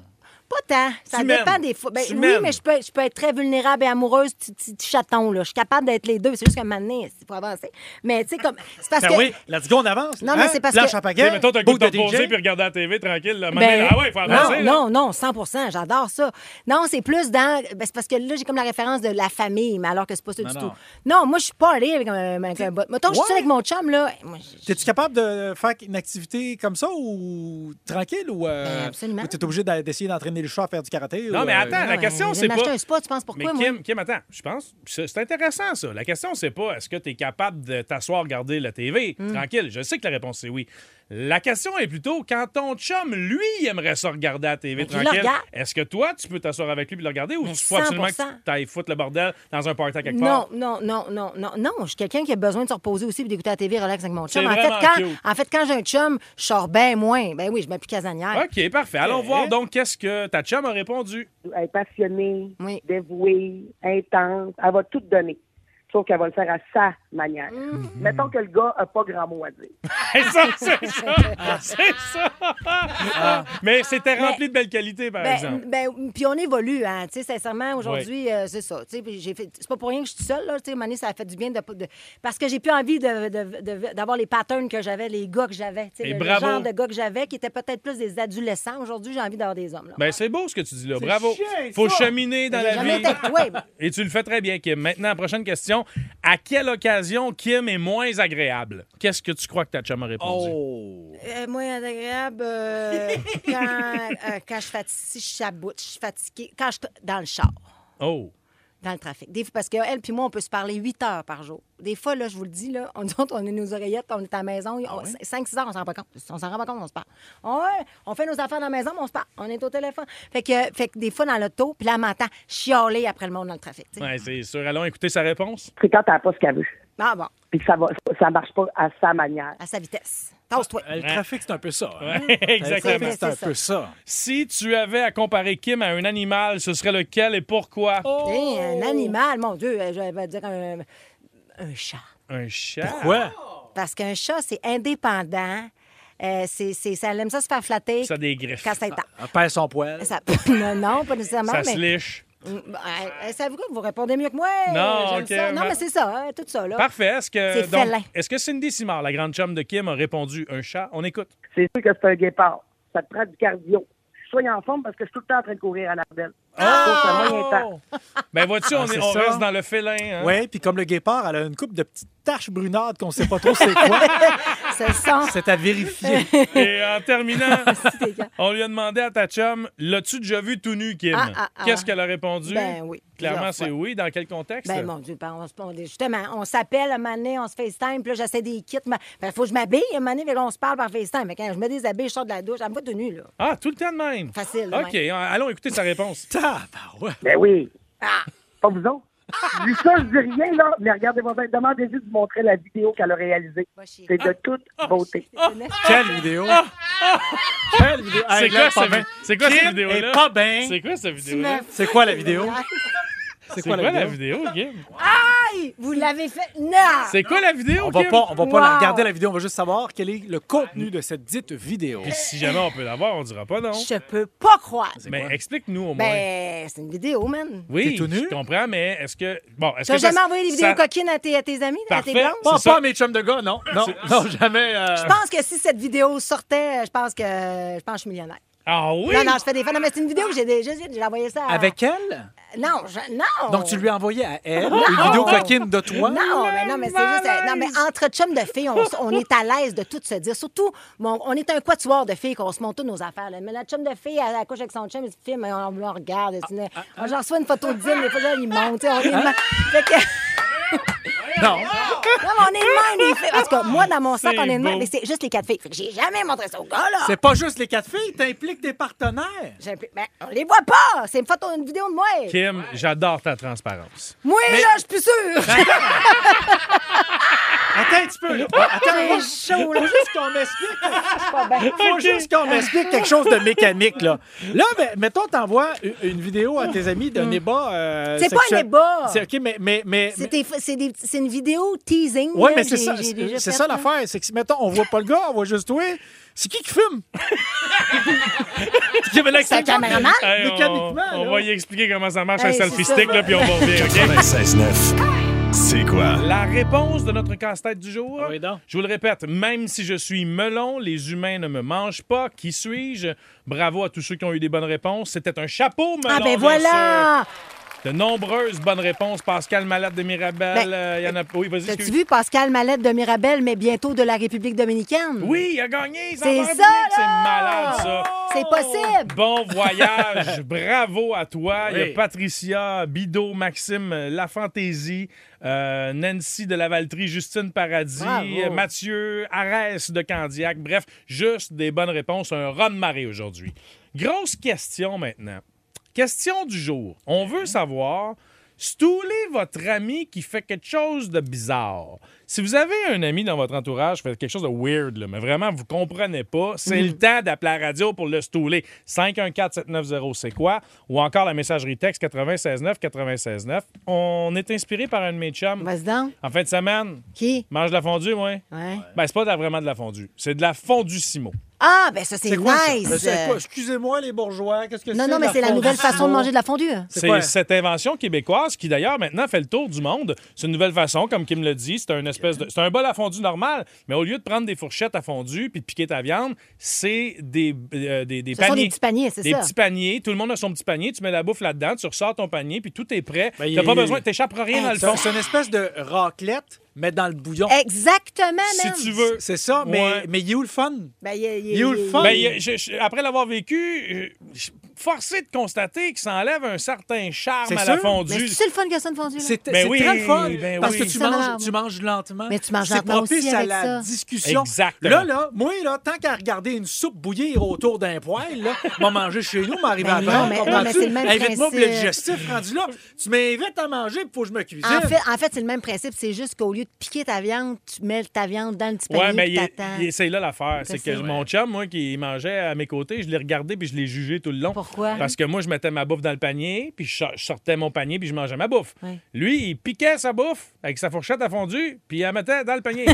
pas tant. Ça Tu dépend m'aimes. des fois. Ben, Tu oui, m'aimes. mais je peux, je peux être très vulnérable et amoureuse, petit, petit- petit chaton, là. Je suis capable d'être les deux. C'est juste qu'à un moment donné, il faut avancer. Mais tu sais, comme. C'est parce Ben que. oui, let's go, on avance. Non, hein? mais c'est parce Planche que- à Tu pagaie, sais, mettons, t'as le goût bout de de te poser DJ. puis regarder la TV tranquille. Là, Ben, ah ouais, il faut avancer. là. non, non, non, 100 j'adore ça. Non, c'est plus dans. ben, c'est parce que là, j'ai comme la référence de la famille, mais alors que c'est pas ça Non, du non. tout. Non, moi, je suis pas allée avec un, avec un bot. Mettons, que je suis Ouais. avec mon chum, là. Moi, je- je- T'es-tu capable de faire une activité comme ça ou tranquille ou euh, Ben, absolument. ou t'es obligé d'a- d'essayer d'entraîner le chat à faire du karaté? Non, ou, mais euh, attends, la Non, question, mais c'est m'acheter pas. un spa, tu penses pourquoi, mais moi? Kim, Kim, attends, je pense. C'est c'est intéressant, ça. La question, c'est pas est-ce que tu es capable de t'asseoir, regarder la TV? Hmm. Tranquille, je sais que la réponse, c'est oui. La question est plutôt quand ton chum, lui, il aimerait ça regarder la TV Mais qu'il le tranquille. regarde. Est-ce que toi, tu peux t'asseoir avec lui et le regarder ou Mais tu faut absolument que 100%. tu ailles foutre le bordel dans un party à quelque part? Non, non, non, non, non, non. Je suis quelqu'un qui a besoin de se reposer aussi et d'écouter la TV relax avec mon C'est chum. En fait, vraiment quand, cute. en fait, quand j'ai un chum, je sors bien moins. Ben oui, je mets plus casanière. OK, parfait. Allons Eh. voir donc qu'est-ce que ta chum a répondu. Elle est passionnée, Oui. dévouée, intense. Elle va tout donner. Sauf qu'elle va le faire à sa manière. Mhm. Mettons que le gars n'a pas grand mot à dire. C'est ça, c'est ça, c'est ça. Mais c'était rempli de belles qualités, par Ah. Ben, exemple. ben, puis on évolue, hein. Tu sais, sincèrement, aujourd'hui, euh, c'est ça. Tu sais, puis j'ai fait- c'est pas pour rien que je suis seule, là. Tu sais, à un moment donné, ça a fait du bien de, de- parce que j'ai plus envie de- de- de- d'avoir les patterns que j'avais, les gars que j'avais. Tu sais, Et le, le bravo. genre de gars que j'avais qui étaient peut-être plus des adolescents. Aujourd'hui, j'ai envie d'avoir des hommes, là. Ben, c'est beau ce que tu dis là. Bravo. chiant, Faut ça. cheminer dans J'ai la jamais vie. été avec toi, ben. Et tu le fais très bien, Kim. Maintenant, prochaine question. À quelle occasion Kim est moins agréable? Qu'est-ce que tu crois que ta chum a répondu? Oh! Euh, moi, agréable, euh, quand, euh, quand je fatigue, si je chaboute, je suis fatiguée. Quand je dans le char, Oh. dans le trafic. Des fois, parce qu'elle puis moi, on peut se parler 8 heures par jour. Des fois, là, je vous le dis, là, on, nous autres, on est nos oreillettes, on est à la maison. 5-6 heures, on s'en rend pas compte. On s'en rend pas compte, on se parle. On, on fait nos affaires dans la maison, mais on se parle. On est au téléphone. Fait que, fait que des fois, dans l'auto, puis là, elle m'entend chialer après le monde dans le trafic. tu sais. Ouais, c'est sûr. Allons écouter sa réponse. C'est quand t'as pas ce qu'elle veut. Ah bon, Puis que ça va, ça marche pas à sa manière. à sa vitesse. Tasse-toi. Euh, Le trafic, c'est un peu ça. Ouais, hein? Le trafic, exactement. c'est un peu ça. Si tu avais à comparer Kim à un animal, ce serait lequel et pourquoi? Hey, Eh, un animal, mon Dieu, euh, je vais dire un, un chat. Un chat. Ouais. Parce qu'un chat, c'est indépendant. Euh, c'est, c'est- ça aime ça se faire flatter Ça a des griffes. quand ça étend. Elle perd son Ça... poil. non, non, pas nécessairement, Ça se mais... liche. Mm, euh, euh, Savez-vous que vous répondez mieux que moi? Non, J'aime ok, ça. Non, ma- mais c'est ça, hein, tout ça, là. Parfait. Est-ce que, C'est donc, félin. est-ce que Cindy Simard, la grande chum de Kim, a répondu un chat? On écoute. C'est sûr que c'est un guépard. Ça te prend du cardio. Sois en forme parce que je suis tout le temps en train de courir à la belle. Oh! Ben vois-tu, on, Ah, est- c'est on ça. reste dans le félin. hein? Ouais, puis comme le guépard, elle a une coupe de petites taches brunardes qu'on sait pas trop c'est quoi. Ce sont... c'est à vérifier. Et en terminant, on lui a demandé à ta chum, l'as-tu déjà vu tout nu, Kim? Ah, ah, ah. Qu'est-ce qu'elle a répondu? Ben oui, plusieurs Clairement, c'est fois. oui. Dans quel contexte? Ben, mon Dieu, ben, on, se- on- justement, on s'appelle un moment donné, on se FaceTime, puis là, j'essaie des kits. mais ben, faut que je m'habille un moment donné, fait qu'on se parle par FaceTime. Mais quand je me déshabille, je sors de la douche, elle me va tenue, là. Ah, tout le temps de même. Facile, de OK, ah, allons écouter sa réponse. Tabarouette. Ben oui. Pas vous autres. Je dis ça, je dis rien, là. Mais regardez-moi bien. Demandez juste de montrer la vidéo qu'elle a réalisée. Va chier. C'est de toute beauté. Quelle vidéo! Quelle vidéo! C'est Hey, quoi, là, ce pas vi- bien. c'est quoi cette Kim vidéo-là? est pas bien. C'est quoi cette vidéo-là? C'est quoi la vidéo? C'est C'est quoi, la vidéo, Kim? Aïe! Vous l'avez fait. Non! C'est quoi la vidéo, On va Kim? pas, on va pas Wow. la regarder la vidéo, on va juste savoir quel est le contenu de cette dite vidéo. Puis si jamais on peut l'avoir, on dira pas non. Je peux pas croire. Mais explique-nous au moins. Ben, c'est une vidéo, man. oui, t'es tout nu? je comprends, mais est-ce que... Bon, est-ce T'as que ça- jamais envoyé des vidéos ça- coquines à tes, à tes amis, à Parfait. tes blondes? Bon. Pas, C'est ça. pas à mes chums de gars, non. Non, non jamais. euh, Je pense que si cette vidéo sortait, je pense que je pense que je suis millionnaire. Ah oui? Non, non, je fais des fans. Non, mais c'est une vidéo que j'ai déjà j'ai envoyé ça. à- Avec elle? Non, je- non. Donc, tu lui as envoyé à elle une vidéo coquine de toi? Non, mais non, mais c'est juste. euh, Non, mais entre chums de filles, on, s- on est à l'aise de tout se dire. Surtout, bon, on est un quatuor de filles qu'on se montre toutes nos affaires. là. Mais la chum de fille, elle accouche avec son chum, il se filme, on, on le regarde. c'est Ah, une- on- J'en reçois une photo de Dine, des fois, là, il monte. tu sais, On est de Hein? même. Fait que- Non. Non, mais on est de même, les filles. Parce que moi, dans mon sac, C'est on est de même. beau. Mais c'est juste les quatre filles. Fait que j'ai jamais montré ça au gars, là. C'est pas juste les quatre filles, t'impliques des partenaires. J'ai un peu- Mais on les voit pas! C'est une photo, une vidéo de moi! Kim, j'adore ta transparence. Moi, là, je suis plus sûre! Attends un petit peu. là. Attends, moi, Ah, C'est chaud, faut là. juste qu'on m'explique. Pas bien. Faut Ok. juste qu'on m'explique quelque chose de mécanique, là. Là, ben, mettons, t'envoies u- une vidéo à tes amis d'un débat. Mm. euh, C'est pas un sexuel. débat. C'est OK, mais. mais, mais, C'est des- c'est des- c'est une vidéo teasing. Oui, là, mais que c'est j'ai- ça, j'ai c'est- déjà c'est faite, ça là. l'affaire. C'est que, si, mettons, on voit pas le gars, on voit juste toi. C'est qui qui fume? C'est un caméraman? Hey, on- Mécaniquement, on, là. va y expliquer comment ça marche Hey, un c'est selfie ça, stick, moi. là, puis on va revenir, OK? 96.9. C'est quoi? La réponse de notre casse-tête du jour. Ah oui, donc. Je vous le répète, même si je suis melon, les humains ne me mangent pas. Qui suis-je? Bravo à tous ceux qui ont eu des bonnes réponses. C'était un chapeau melon. Ah, bien ben voilà! sûr. De nombreuses bonnes réponses. Pascal Malade de Mirabel. Ben, euh, il y en a. Oui, vas-y. T'as-tu excuse. vu Pascal Mallette de Mirabel, mais bientôt de la République dominicaine? Oui, il a gagné. C'est va ça, être bien. là! C'est malade, ça. C'est possible! Bon voyage, bravo à toi. Il y a Oui. Patricia, Bido, Maxime, euh, La Fantaisie, euh, Nancy de la Valtrie, Justine Paradis, Bravo. euh, Mathieu, Arès de Candiac. Bref, juste des bonnes réponses. Un raz de marée aujourd'hui. Grosse question maintenant. Question du jour. On veut savoir. Stoulez votre ami qui fait quelque chose de bizarre. Si vous avez un ami dans votre entourage qui fait quelque chose de weird, là, mais vraiment, vous comprenez pas, c'est Mhm. le temps d'appeler la radio pour le stouler. 514-790, c'est quoi? Ou encore la messagerie texte 969 969. On est inspiré par un de mes chums. Vas-y donc. En fin de semaine, Qui? mange de la fondue, moi. Ouais. Ben, c'est pas de la- vraiment de la fondue. C'est de la fondue Simo. Ah, ben ça, c'est C'est quoi, ça? Mais nice! c'est quoi? Excusez-moi, les bourgeois, qu'est-ce que c'est? Non, non, mais c'est la fondue nouvelle façon de Simon? manger de la fondue. hein. C'est C'est quoi? cette invention québécoise qui, d'ailleurs, maintenant fait le tour du monde. C'est une nouvelle façon, comme Kim le dit. C'est un espèce de. C'est un bol à fondue normal, mais au lieu de prendre des fourchettes à fondue puis de piquer ta viande, c'est des, euh, des, des Ce sont paniers. des petits paniers, c'est Des ça? petits paniers. Tout le monde a son petit panier. Tu mets la bouffe là-dedans, tu ressors ton panier, puis tout est prêt. Ben, il y T'as a pas eu- besoin, t'échapperas rien dans le fond. C'est une espèce de raclette, mais dans le bouillon. Exactement, Si man. tu veux. C'est ça, mais, Ouais. mais il est où le fun? Ben, il y a- il y a- Il est où le il y a- fun? Ben, je- je- après l'avoir vécu, euh, je- forcé de constater qu'il s'enlève un certain charme C'est à la sûr, fondue. Mais c'est le fun que ça, une fondue, là? C'est Ben c'est oui, très fort ben parce oui. que tu Ça manges, m'énerve. tu manges lentement. Mais tu manges C'est lentement propice aussi à avec la ça. discussion. Exactement. Là, là, moi, là, tant qu'à regarder une soupe bouillir autour d'un poêle, là, m'en manger chez nous, m'arriver Ben à non, faire, mais- non, comprends-tu? mais c'est le même Invite-moi pour le principe. digestif, rendu là. Tu m'invites à manger, il faut que je me cuisine. En fait, en fait c'est le même principe. C'est juste qu'au lieu de piquer ta viande, tu mets ta viande dans le petit panier Ouais, mais puis il est- t'attends. il est- c'est là l'affaire. Ça, C'est que c'est- mon chum, moi, qui mangeait à mes côtés, je l'ai regardé puis je l'ai jugé tout le long. Pourquoi? Parce que moi, je mettais ma bouffe dans le panier, puis je je sortais mon panier, puis je mangeais ma bouffe. Ouais. Lui, il piquait sa bouffe avec sa fourchette à fondue, puis il la mettait dans le panier.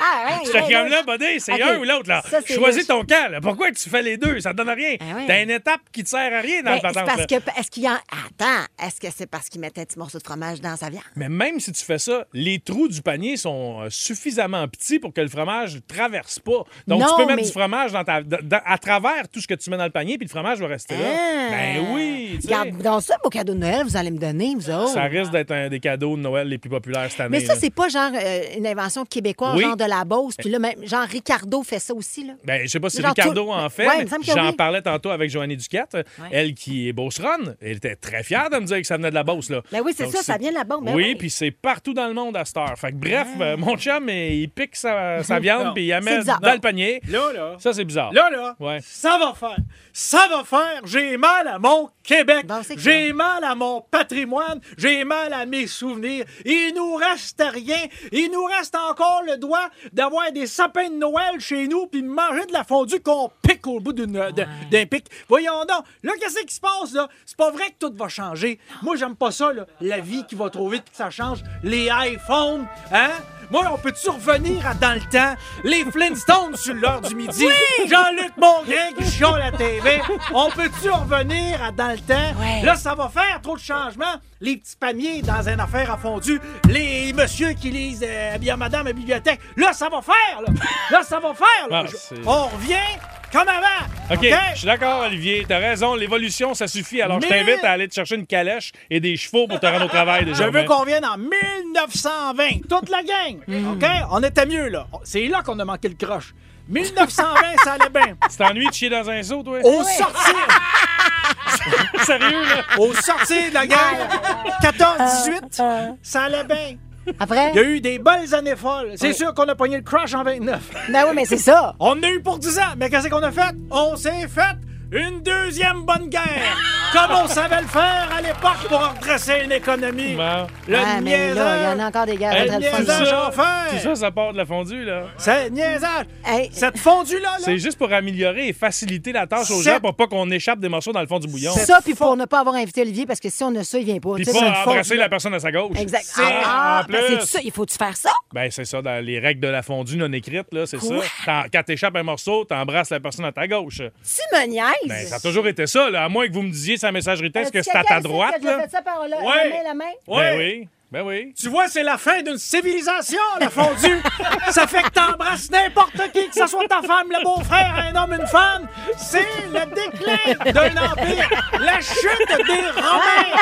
Ah, hey, J'étais hey, comme hey. là, buddy, c'est Ok. un ou l'autre, là. Ça, c'est Choisis louche. ton camp, là. Pourquoi tu fais les deux? Ça donne rien. Ah ouais. T'as une étape qui te sert à rien dans Ben, le c'est patente, là. parce que est-ce qu'il y a attends est-ce que c'est parce qu'il mettait un petit morceau de fromage dans sa viande Mais même si tu fais ça, les trous du panier sont euh, suffisamment petits pour que le fromage ne traverse pas. Donc, tu Non, peux mettre mais- du fromage dans ta- dans- dans- à travers tout ce que tu mets dans le panier, puis le fromage va rester là. Ah! Ben oui, tu sais. Regarde dans ça beau cadeau de Noël vous allez me donner vous autres Ça risque d'être un des cadeaux de Noël les plus populaires cette année. Oh. mais ça là. c'est pas genre euh, une invention québécoise Oui. genre de la Beauce puis là même genre Ricardo fait ça aussi là Ben, je sais pas si Genre Ricardo tout- en fait, Ouais, il mais me semble que j'en oui. parlais tantôt avec Joannie Duquette, elle qui est Beauceronne. Elle était très fière de me dire que ça venait de la Beauce, là. Ben oui, c'est Donc, ça, ça vient de la bombe. Ben oui, oui. puis c'est partout dans le monde à cette heure. Fait que bref, euh, mon chum, il pique sa, sa viande, Non, puis il la c'est met bizarre. dans le Non. panier. Là, là. Ça, c'est bizarre. Là, Ah. là, Ouais. ça va faire. Ça va faire. J'ai mal à mon Québec. Bon, c'est J'ai mal à mon patrimoine. J'ai mal à mes souvenirs. Il nous reste rien. Il nous reste encore le doigt d'avoir des sapins de Noël chez nous puis de manger de la fondue qu'on pique au bout d'une- de- d'un pic. Voyons donc. Là, qu'est-ce qui se passe, là? C'est pas vrai que tout va changer. Moi, j'aime pas ça, là. La vie qui va trop vite puis que ça change. Les iPhones, hein? Moi, on peut-tu revenir à dans le temps? Les Flintstones sur l'heure du midi. Jean-Luc Mongrain qui chiant la TV. On peut-tu revenir à dans le temps? Ouais. Là, ça va faire trop de changements. Les petits paniers dans une affaire à fondu. Les monsieur qui lisent euh, bien madame à bibliothèque. Là, ça va faire, là. Là, ça va faire, là. Ah, Je- c'est- on revient comme avant. OK, je suis d'accord, Olivier. T'as raison, l'évolution, ça suffit. Alors, je Mais- t'invite à aller te chercher une calèche et des chevaux pour te rendre au travail. Je désormais. veux qu'on vienne en 1920. Toute la gang. OK? On était mieux, là. C'est là qu'on a manqué le croche. 1920, ça allait bien. Tu t'ennuies de chier dans un seau, Oh. toi? Au sortir, Sérieux, là? Ah, au sortir de la guerre, 14-18, ça allait bien. Après Il y a eu des belles années folles. C'est sûr qu'on a pogné le crash en 29. Ben oui, mais c'est ça. On en a eu pour 10 ans, mais qu'est-ce qu'on a fait? On s'est fait une deuxième bonne guerre, comme on savait le faire à l'époque pour redresser une économie. Bon. Le Ah, mais là, niaisage, il y en a encore des gars Hey, en train de niaisage tout faire. ça, en fer. tout ça, ça part de la fondue, là. c'est niaisage. Hey. Cette fondue-là, là, C'est juste pour améliorer et faciliter la tâche aux Sept- gens pour pas qu'on échappe des morceaux dans le fond du bouillon. Ça, puis pour ne pas avoir invité Olivier, parce que si on a ça, il vient pas. Puis Tu sais, c'est pas une faute, embrasser là. la personne à sa gauche. Exact. C'est- Ah, en ben, plus. c'est ça. Il faut-tu faire ça? Ben, c'est ça, dans les règles de la fondue non écrites, là, c'est ça. T'en- Quand t'échappes un morceau, t'embrasses la personne à ta gauche. Tu me niaises. Ben, ça a toujours été ça, là. À moins que vous me disiez sa messagerie Est-ce texte que qu'il c'est y a à ta quelqu'un droite, qui a là. fait ça par là, Ouais. la main, la main? Ouais. Ben oui. Ben oui. Tu vois, c'est la fin d'une civilisation, la fondue. ça fait que t'embrasses n'importe qui, que ce soit ta femme, le beau-frère, un homme, une femme. C'est le déclin d'un empire, la chute des Romains.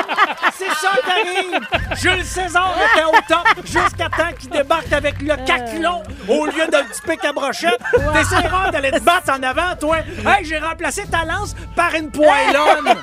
C'est ça qui arrive. Jules César était au top jusqu'à temps qu'il débarque avec le caculon au lieu de du pic à brochette. T'essaieras d'aller te battre en avant, toi. Hey, j'ai remplacé ta lance par une poêlonne.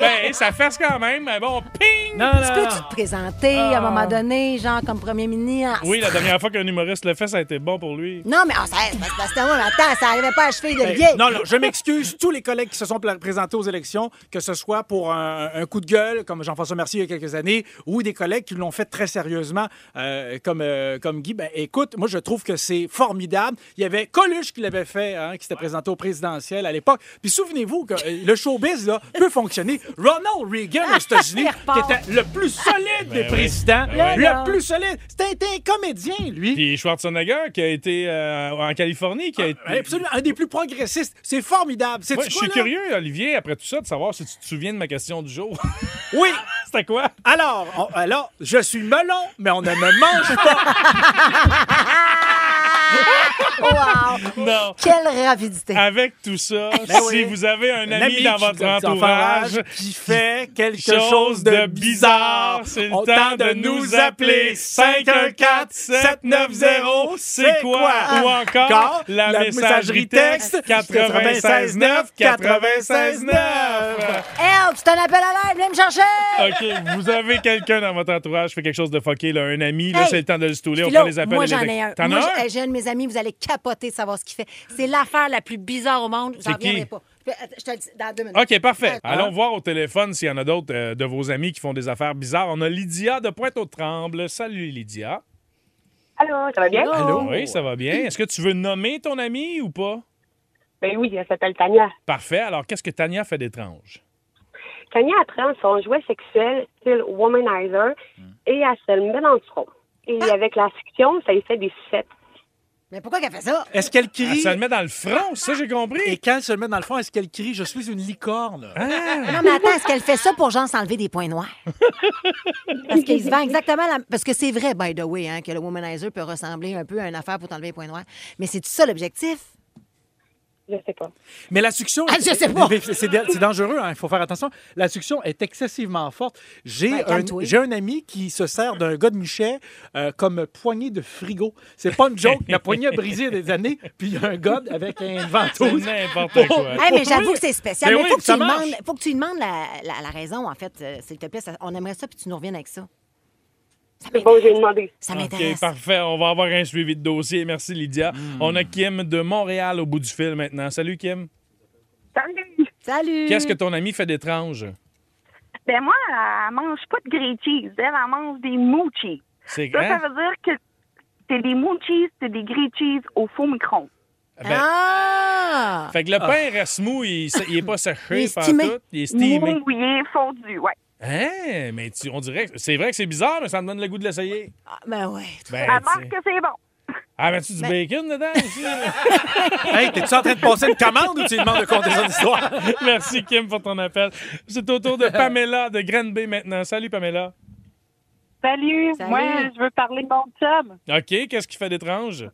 Ben, ça fesse quand même. mais Bon, ping! Non, Tu peux-tu te présenter à un moment donné, genre comme premier ministre? Ah. Oui, la dernière fois qu'un humoriste le fait, ça a été bon pour lui. Non, mais ah, ça, c'est parce- parce que moi, mais attends, ça n'arrivait pas à cheville Ben, d'Olivier. Eh, Non, non, je m'excuse tous les collègues qui se sont pla- présentés aux élections, que ce soit pour un, un coup de gueule, comme Jean-François Mercier il y a quelques années, ou des collègues qui l'ont fait très sérieusement, euh, comme, euh, comme Guy. Ben, écoute, moi, je trouve que c'est formidable. Il y avait Coluche qui l'avait fait, hein, qui s'était présenté au présidentiel à l'époque. Puis souvenez-vous que euh, le showbiz là, peut fonctionner. Ronald Reagan aux États-Unis, Il qui repart. était le plus solide des oui. présidents, Ben oui. le plus solide. C'était un comédien, lui. Puis Schwarzenegger, qui a été euh, en Californie, qui a été. Ouais, Absolument, un des plus progressistes. C'est formidable. C'est Ouais, je suis curieux, Olivier, après tout ça, de savoir si tu te souviens de ma question du jour. Oui, C'était quoi? Alors, on- alors, je suis melon, mais on ne me mange pas. Wow! Non. Quelle rapidité. Avec tout ça, Ben si oui. vous avez un, Un ami, dans qui- votre dans son entourage, qui fait quelque chose chose de de bizarre, bizarre. c'est le On temps de nous appeler 514-790, c'est quoi? Ou encore la messagerie texte 96-9, 96-9. Help, c'est un appel à l'aide, venez me chercher! Ah, OK, vous avez quelqu'un dans votre entourage, fait quelque chose de fucké, là, un ami, là, Hey! c'est le temps de le stouler, on Philo, prend les appels. moi, et les j'en textes. ai un. T'en Moi, as un? j'ai- j'ai un de mes amis, vous allez capoter de savoir ce qu'il fait. C'est l'affaire la plus bizarre au monde. J'en C'est qui? reviendrai pas. Je peux- Je te le dis dans deux minutes. OK, parfait. Ah. Allons voir au téléphone s'il y en a d'autres euh, de vos amis qui font des affaires bizarres. On a Lydia de Pointe-aux-Trembles. Salut, Lydia. Allô, ça va bien? Ah. Allô? Oui, ça va bien. Est-ce que tu veux nommer ton ami ou pas? Ben oui, elle s'appelle Tania. Parfait. Alors, qu'est-ce que Tania fait d'étrange? Tania apprend son jouet sexuel, style womanizer, et elle se le met dans le front. Et Ah! avec la suction, ça lui fait des sucettes. Mais pourquoi qu'elle fait ça? Est-ce qu'elle Ah, crie? ça le met dans le front, ça, j'ai Et compris. quand elle se le met dans le fond, est-ce qu'elle crie « Je suis une licorne Non, mais attends, est-ce qu'elle fait ça pour genre s'enlever des points noirs? Parce qu'il se vend exactement la... Parce que c'est vrai, by the way, hein, que le womanizer peut ressembler un peu à une affaire pour t'enlever les points noirs. Mais c'est ça l'objectif? Je sais pas. ». Mais la suction... Ah, je sais pas. Mais C'est c'est- c'est dangereux, hein, il faut faire attention. La suction est excessivement forte. J'ai Ben, un, calme-toi. j'ai un ami qui se sert d'un gars de Michet euh, comme poignée de frigo. C'est pas une joke. La poignée a brisé il y a des années, puis il y a un gars avec un C'est ventouse. Oh, n'importe quoi. Hey, mais j'avoue que c'est spécial. Ben Mais oui, faut, que tu ça lui marche. demandes, faut que tu lui demandes la, la- la raison, en fait, euh, s'il te plaît. Ça- on aimerait ça, puis tu nous reviennes avec ça. Ça C'est bon, m'intéresse. j'ai demandé. Ça OK, m'intéresse. parfait. On va avoir un suivi de dossier. Merci, Lydia. Hmm. On a Kim de Montréal au bout du fil maintenant. Salut, Kim. Salut! Salut! Qu'est-ce que ton ami fait d'étrange? Hmm. Ben moi, elle mange pas de grilled cheese. Elle, elle mange des moochies. C'est Ça, ça hein? veut dire que c'est des moochies, c'est des grilled cheese au faux micron. Ben, Ah! Fait que le pain reste mou, il, s- il est pas Il séché est par steamé. tout. Il est steamé. Mouillé, fondu, ouais. Hein? Mais tu- on dirait que c'est vrai que c'est bizarre, mais ça me donne le goût de l'essayer. Ah, ben ouais. Ben, Elle tu- marque que Ben- c'est bon. Ah, mets-tu du bacon dedans aussi? là? Hey, t'es-tu en train de passer une commande ou tu lui demandes de compter son histoire? Merci, Kim, pour ton appel. C'est au tour de Pamela de Green Bay maintenant. Salut, Pamela. Salut, Salut. moi, je veux parler de mon chum. OK, qu'est-ce qui fait d'étrange?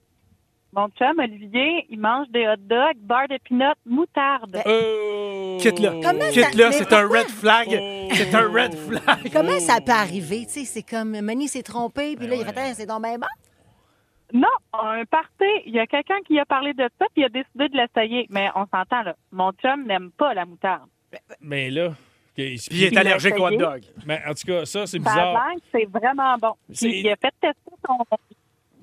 Mon chum, Olivier, il mange des hot dogs, beurre de peanut, moutarde. Oh! Comment Quitte-le. ça- Quitte-le, mais c'est un pourquoi? red flag. Oh. C'est un red flag. Comment ça peut arriver? Tu sais, c'est comme Manny s'est trompé, puis là, il fait Ah, c'est donc ben bon. Non, un party. Il y a quelqu'un qui a parlé de ça, puis il a décidé de l'essayer. Mais on s'entend, là. Mon chum n'aime pas la moutarde. Mais Ben là, OK, Puis il est allergique au hot dog. Mais Ben, en tout cas, ça, c'est Ça a bizarre. l'air que c'est vraiment bon. Puis C'est- il a fait tester son,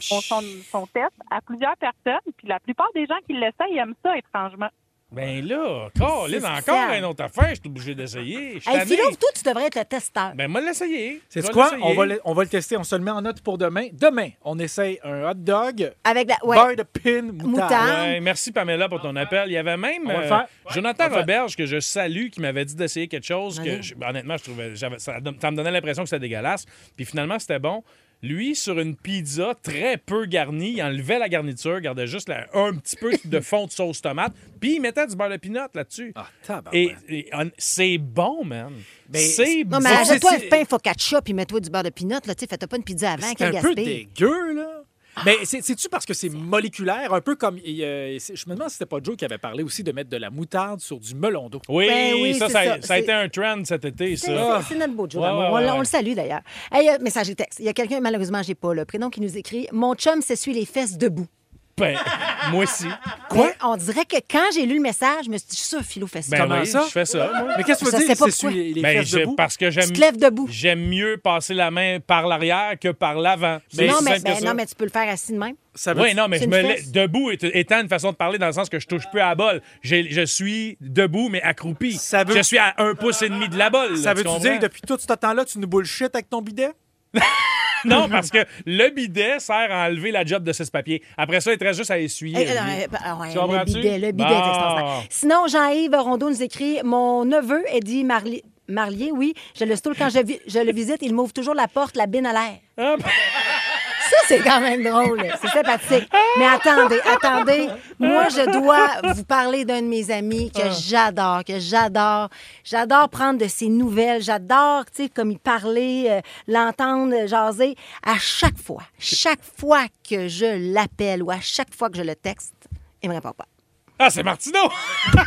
son, son- son test à plusieurs personnes, puis la plupart des gens qui l'essayent aiment ça, étrangement. Ben là, Colin, C'est encore spécial. une autre affaire, je suis obligé d'essayer. Je suis Hey, tanné. Philo, toi, tu devrais être le testeur. Ben, moi, l'essayer. C'est Je vais quoi? l'essayer. On va, le, on va le tester. On se le met en note pour demain. Demain, on essaye un hot dog, Avec la. Ouais. beurre de pin, moutarde. Moutarde. Ouais, merci Pamela pour ton appel. Il y avait même On va le euh, faire. Jonathan On va le Roberge que je salue qui m'avait dit d'essayer quelque chose que Allez. je- ben, honnêtement je trouvais j'avais- ça, don- ça me donnait l'impression que c'était dégueulasse. Puis finalement c'était bon. Lui sur une pizza très peu garnie, il enlevait la garniture, gardait juste la- un petit peu de fond de sauce tomate, puis il mettait du beurre de pinot là-dessus. Ah, tabarouette. Et, et hon- c'est bon, man. Ben, c'est bon. Non, mais Bon, achète-toi un c'est- pain focaccia, puis mets-toi du beurre de pinot, là. Tu sais, fais-toi pas une pizza avant, C'est quel un peu gaspille. dégueu, là. Mais c'est- c'est-tu parce que c'est moléculaire, un peu comme. et, euh, c'est- je me demande si c'était pas Joe qui avait parlé aussi de mettre de la moutarde sur du melon d'eau. Oui, Ben oui, ça, c'est ça, ça. ça a été C'est- un trend cet été, C'est ça. c'est- c'est notre beau Joe Ouais, d'amour. ouais, On l- ouais. on, le salue d'ailleurs. Hey, euh, message et texte. Il y a quelqu'un, malheureusement, j'ai pas le prénom, qui nous écrit Mon chum s'essuie les fesses debout. Ben, moi aussi. Ben, on dirait que quand j'ai lu le message, je me suis dit, je suis sûre, Philo fait ça. Ben Comment oui, ça? je fais ça. moi. Mais qu'est-ce Je que tu veux sais dire? pas C'est sur pourquoi. les, les Ben, fesses je- debout? parce que Tu j'aime te lèves debout. J'aime mieux passer la main par l'arrière que par l'avant. C'est non, aussi mais, simple ben, que ça. non, mais tu peux le faire assis de même. Ça veut Oui, non, mais c'est je une me lève fesse. debout est- étant une façon de parler dans le sens que je touche plus à la balle. J'ai- Je suis debout, mais accroupi. Ça veut- Je suis à un pouce et demi de la balle. Ça tu veut-tu comprends? dire que depuis tout ce temps-là, tu nous bullshit avec ton bidet? Non, parce que le bidet sert à enlever la job de ce papier. Après ça, il te reste juste à essuyer. Eh, lui. non, eh, ben, ah ouais, Tu le comprends-tu? bidet, le bidet Bon. c'est extraordinaire. Sinon, Jean-Yves Rondeau nous écrit Mon neveu, Eddie Marli- Marlier, oui, je le stole quand je, vi- je le visite, il m'ouvre toujours la porte, la bine à l'air. Ah, ben, Ça, c'est quand même drôle. C'est sympathique. Mais attendez, attendez. Moi, je dois vous parler d'un de mes amis Ah. que j'adore, que j'adore. J'adore prendre de ses nouvelles. J'adore, tu sais, comme il parlait, euh, l'entendre jaser. À chaque fois, chaque fois que je l'appelle ou à chaque fois que je le texte, il me répond pas. Ah, c'est Martineau!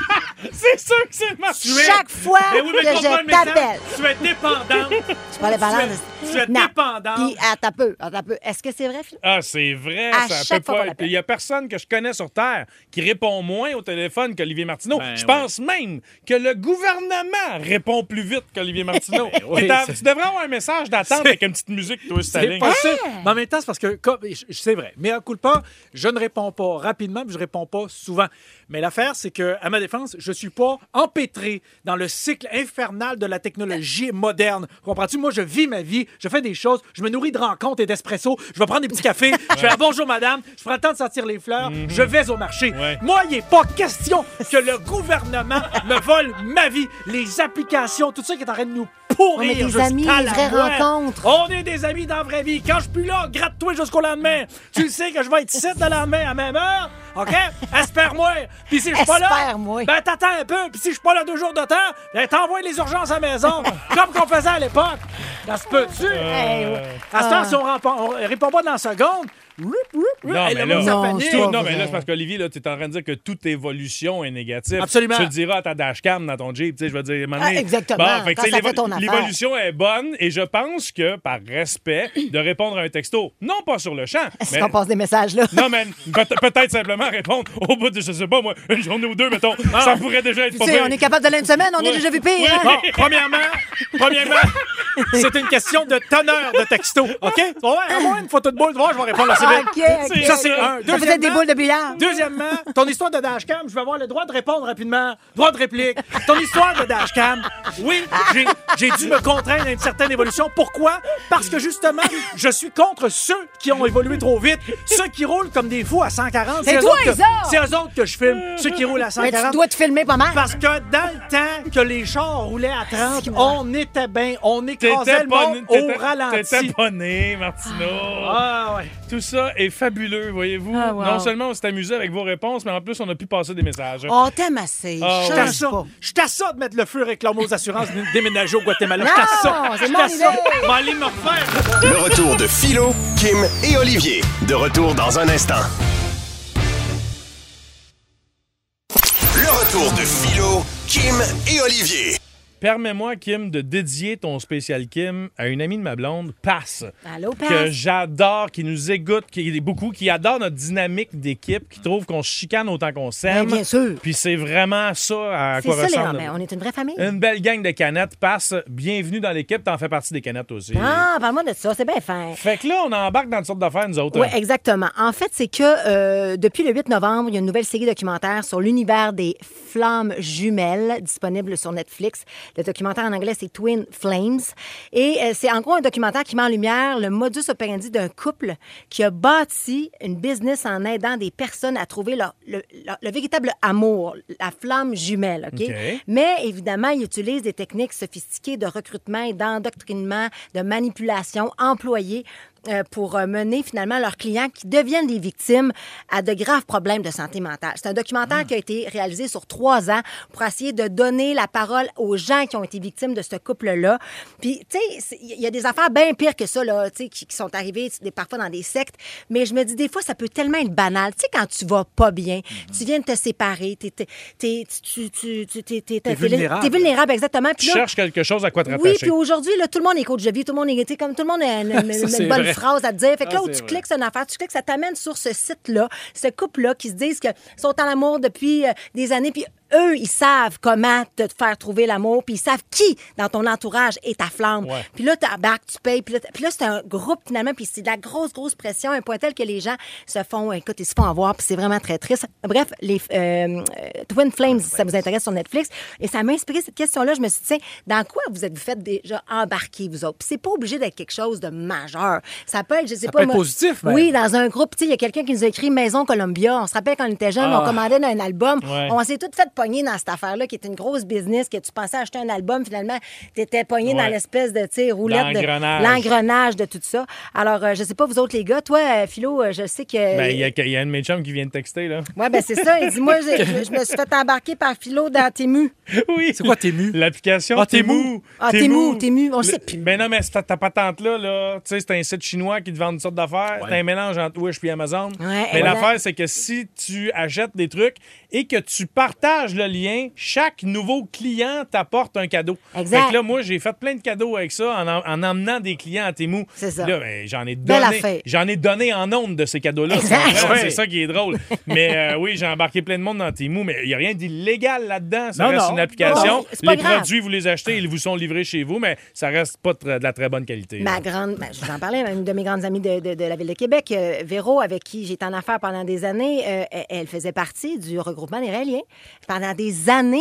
c'est sûr que c'est Martineau! Chaque fois Mais oui, mais que comprends le je message. t'appelle. Tu es dépendante. Tu parlais pas Tu es- tu es dépendante. Puis, attends un peu, attends un peu. Est-ce que c'est vrai, Phil? Ah, c'est vrai, À ça chaque peut fois qu'on pas. Il y a personne que je connais sur Terre qui répond moins au téléphone qu'Olivier Martineau. Ben je pense même que le gouvernement répond plus vite qu'Olivier Martineau. Ben oui, Et t'as- c'est- tu devrais avoir un message d'attente C'est- avec une petite musique, toi, sur ta C'est ligne. possible. Mais en même temps, c'est parce que, comme- je- je- c'est vrai, mais à coup de pas, je ne réponds pas rapidement, puis je réponds pas souvent. Mais l'affaire, c'est que, à ma défense, je suis pas empêtré dans le cycle infernal de la technologie moderne. Comprends-tu? Moi, je vis ma vie, je fais des choses, je me nourris de rencontres et d'espresso, je vais prendre des petits cafés, je fais un bonjour madame, je prends le temps de sentir les fleurs, je vais au marché. Moi, il n'est pas question que le gouvernement me vole ma vie. Les applications, tout ça qui est en train de nous pourrir. On est des jusqu'à amis, la les vraies moelle. rencontres. On est des amis dans la vraie vie. Quand je suis plus là, gratte-toi jusqu'au lendemain. Tu le sais que je vais être ici le lendemain à même heure. OK? Espère-moi. Puis si je suis pas là, Espère-moi. ben t'attends un peu. Puis si je suis pas là deux jours de temps, ben t'envoies les urgences à la maison, comme qu'on faisait à l'époque. Ça se peut-tu? Hey, ouais. À ce temps, si on, euh. rempon- on répond pas dans la seconde, roup, roup, roup, Non, hey, mais le là, monde, ça Non, panique. c'est pas Tout- non, mais là, vrai. c'est parce qu'Olivier, là, tu es en train de dire que toute évolution est négative. Absolument. Tu le diras à ta dashcam dans ton Jeep, tu sais, je veux dire, à un moment Ah, donné, exactement, fait que, quand tu sais, ça l'évo- fait ton affaire. L'évolution est bonne et je pense que, par respect, de répondre à un texto, non pas sur le champ, Est-ce mais- qu'on passe des messages, là? Non, mais peut- peut-être simplement répondre au bout de, je sais pas, moi, une journée ou deux, mettons. Ça pourrait déjà être Ah. Tu pas sais, pire. on est capable de une semaine, on Ouais. est déjà vu pire. Ouais. hein? Bon, premièrement, premièrement, c'est une question de teneur de texto, OK? Ouais, envoie une photo de boule, tu vas voir, je vais Ah, répondre à la OK, OK. Ça, c'est un. Ça faisait des boules de billard. Deuxièmement, ton histoire de dashcam, je vais avoir le droit de répondre rapidement. Droit de réplique. Ton histoire de dashcam, oui, j'ai- j'ai dû me contraindre à une certaine évolution. Pourquoi? Parce que justement, je suis contre ceux qui ont évolué trop vite. Ceux qui roulent comme des fous à 140. C'est eux toi, autres que- ça! C'est eux autres que je filme. Ceux qui roulent à Mais tu 140. dois te filmer pas mal. Parce que dans le temps que les chars roulaient à 30, on était bien, on écrasait T'étais le pas, monde t'étais- au ralenti. t'étais pas né, Martino. Ah ouais. Tout ça est fabuleux, voyez-vous. Ah, wow. Non seulement on s'est amusé avec vos réponses, mais en plus, on a pu passer des messages. On t'aime assez. Ah, Je Change t'assure, pas. Je t'assure de mettre le feu avec l'homme aux assurances de déménager au Guatemala. Non, Je t'assure. c'est Je mon t'assure. idée. Va aller me refaire. Le retour de Philo, Kim et Olivier. De retour dans un instant. Le retour de Philo, Kim et Olivier. Permets-moi, Kim, de dédier ton spécial Kim à une amie de ma blonde, Passe. Allô, que Pat? j'adore, qui nous écoute, qui est beaucoup, qui adore notre dynamique d'équipe, qui trouve qu'on se chicane autant qu'on s'aime. Ben, bien sûr. Puis c'est vraiment ça à C'est quoi ça, les ressemble. gens. mais On est une vraie famille. Une belle gang de canettes passe. Bienvenue dans l'équipe. T'en fais partie des canettes aussi. Ah, parle-moi de ça. C'est bien fin. Fait que là, on embarque dans une sorte d'affaires, nous autres. Oui, exactement. En fait, c'est que euh, depuis le 8 novembre, il y a une nouvelle série documentaire sur l'univers des flammes jumelles disponible sur Netflix. Le documentaire en anglais, c'est Twin Flames. Et euh, c'est en gros un documentaire qui met en lumière le modus operandi d'un couple qui a bâti une business en aidant des personnes à trouver leur- le, leur- le véritable amour, la flamme jumelle. OK? OK. Mais évidemment, ils utilisent des techniques sophistiquées de recrutement et d'endoctrinement, de manipulation employées euh, pour euh, mener finalement leurs clients qui deviennent des victimes à de graves problèmes de santé mentale. C'est un documentaire qui a été réalisé sur trois ans pour essayer de donner la parole aux gens qui ont été victimes de ce couple-là. Puis, tu sais, c'est- il y a des affaires bien pires que ça, là, tu sais, qui, qui sont arrivées des- parfois dans des sectes. Mais je me dis, des fois, ça peut tellement être banal. Tu sais, quand tu vas pas bien, tu viens de te séparer, t'es, t'es, t'es- tu, tu, tu, t'es, t'es- t'es- vulnérable. t'es vulnérable, exactement. Tu Puis là, cherches quelque chose à quoi te oui, rattacher. puis aujourd'hui, là, tout le monde est coach de vie, tout le monde est, tu sais, comme tout le monde a une, une- Ça, une c'est bonne vrai. phrase à te dire. Fait que Ah, là où c'est tu vrai. cliques sur une affaire, tu cliques, ça t'amène sur ce site-là, ce couple-là qui se disent que sont en amour depuis euh, des années, puis eux, ils savent comment te faire trouver l'amour, puis ils savent qui dans ton entourage est ta flamme. Ouais. Puis là, t'embarques, tu payes, puis là, t- puis là, c'est un groupe finalement, puis c'est de la grosse, grosse pression, à un point tel que les gens se font, euh, écoute, ils se font avoir, puis c'est vraiment très triste. Bref, les euh, euh, Twin Flames, si ça vous intéresse sur Netflix, et ça m'a inspiré cette question-là. Je me suis dit, tiens, dans quoi vous êtes-vous faites déjà embarquer, vous autres? Puis c'est pas obligé d'être quelque chose de majeur. Ça peut être, je sais pas. peut être moi- positif, même. Oui, dans un groupe, tu sais, il y a quelqu'un qui nous a écrit Maison Columbia. On se rappelle quand on était jeunes, on commandait un album. Ouais. On s'est toutes faites pogné dans cette affaire-là qui est une grosse business, que tu pensais acheter un album, finalement, tu étais pogné dans Ouais. l'espèce de, tu sais, roulette. de- L'engrenage. L'engrenage de tout ça. Alors, euh, je sais pas, vous autres, les gars, toi, euh, Philo, euh, je sais que. Ben, il y, a- il y a un de mes chums qui vient de texter, là. Ouais, ben c'est ça. Il dit, moi, j'ai- je, je me suis fait embarquer par Philo dans Tému. Oui. C'est quoi Tému? L'application Ah, Tému. Temu. Ah, Tému, Tému, on le sait plus. Ben non, mais c'est ta, ta patente-là, là, tu sais, c'est un site chinois qui te vend une sorte d'affaires. C'est un mélange entre Wish puis Amazon. mais voilà. l'affaire, c'est que si tu achètes des trucs et que tu partages le lien, chaque nouveau client t'apporte un cadeau. Exact. Fait que là, moi, j'ai fait plein de cadeaux avec ça en, em- en emmenant des clients à Tému. C'est ça. Là, ben, j'en ai Belle affaire. donné. J'en ai donné en nombre de ces cadeaux-là. Exact. C'est vraiment- Ouais. C'est ça qui est drôle. mais euh, oui, j'ai embarqué plein de monde dans Tému, mais il n'y a rien d'illégal là-dedans. Ça Non, reste non. une application. Non, c'est pas les grave. produits, vous les achetez, ils vous sont livrés chez vous, mais ça reste pas tr- de la très bonne qualité. là. Ma grande, ben, je vous en parlais, une de mes grandes amies de, de- de la ville de Québec, euh, Véro, avec qui j'étais en affaires pendant des années, euh, elle- elle faisait partie du regroupement des Réaliens pendant des années.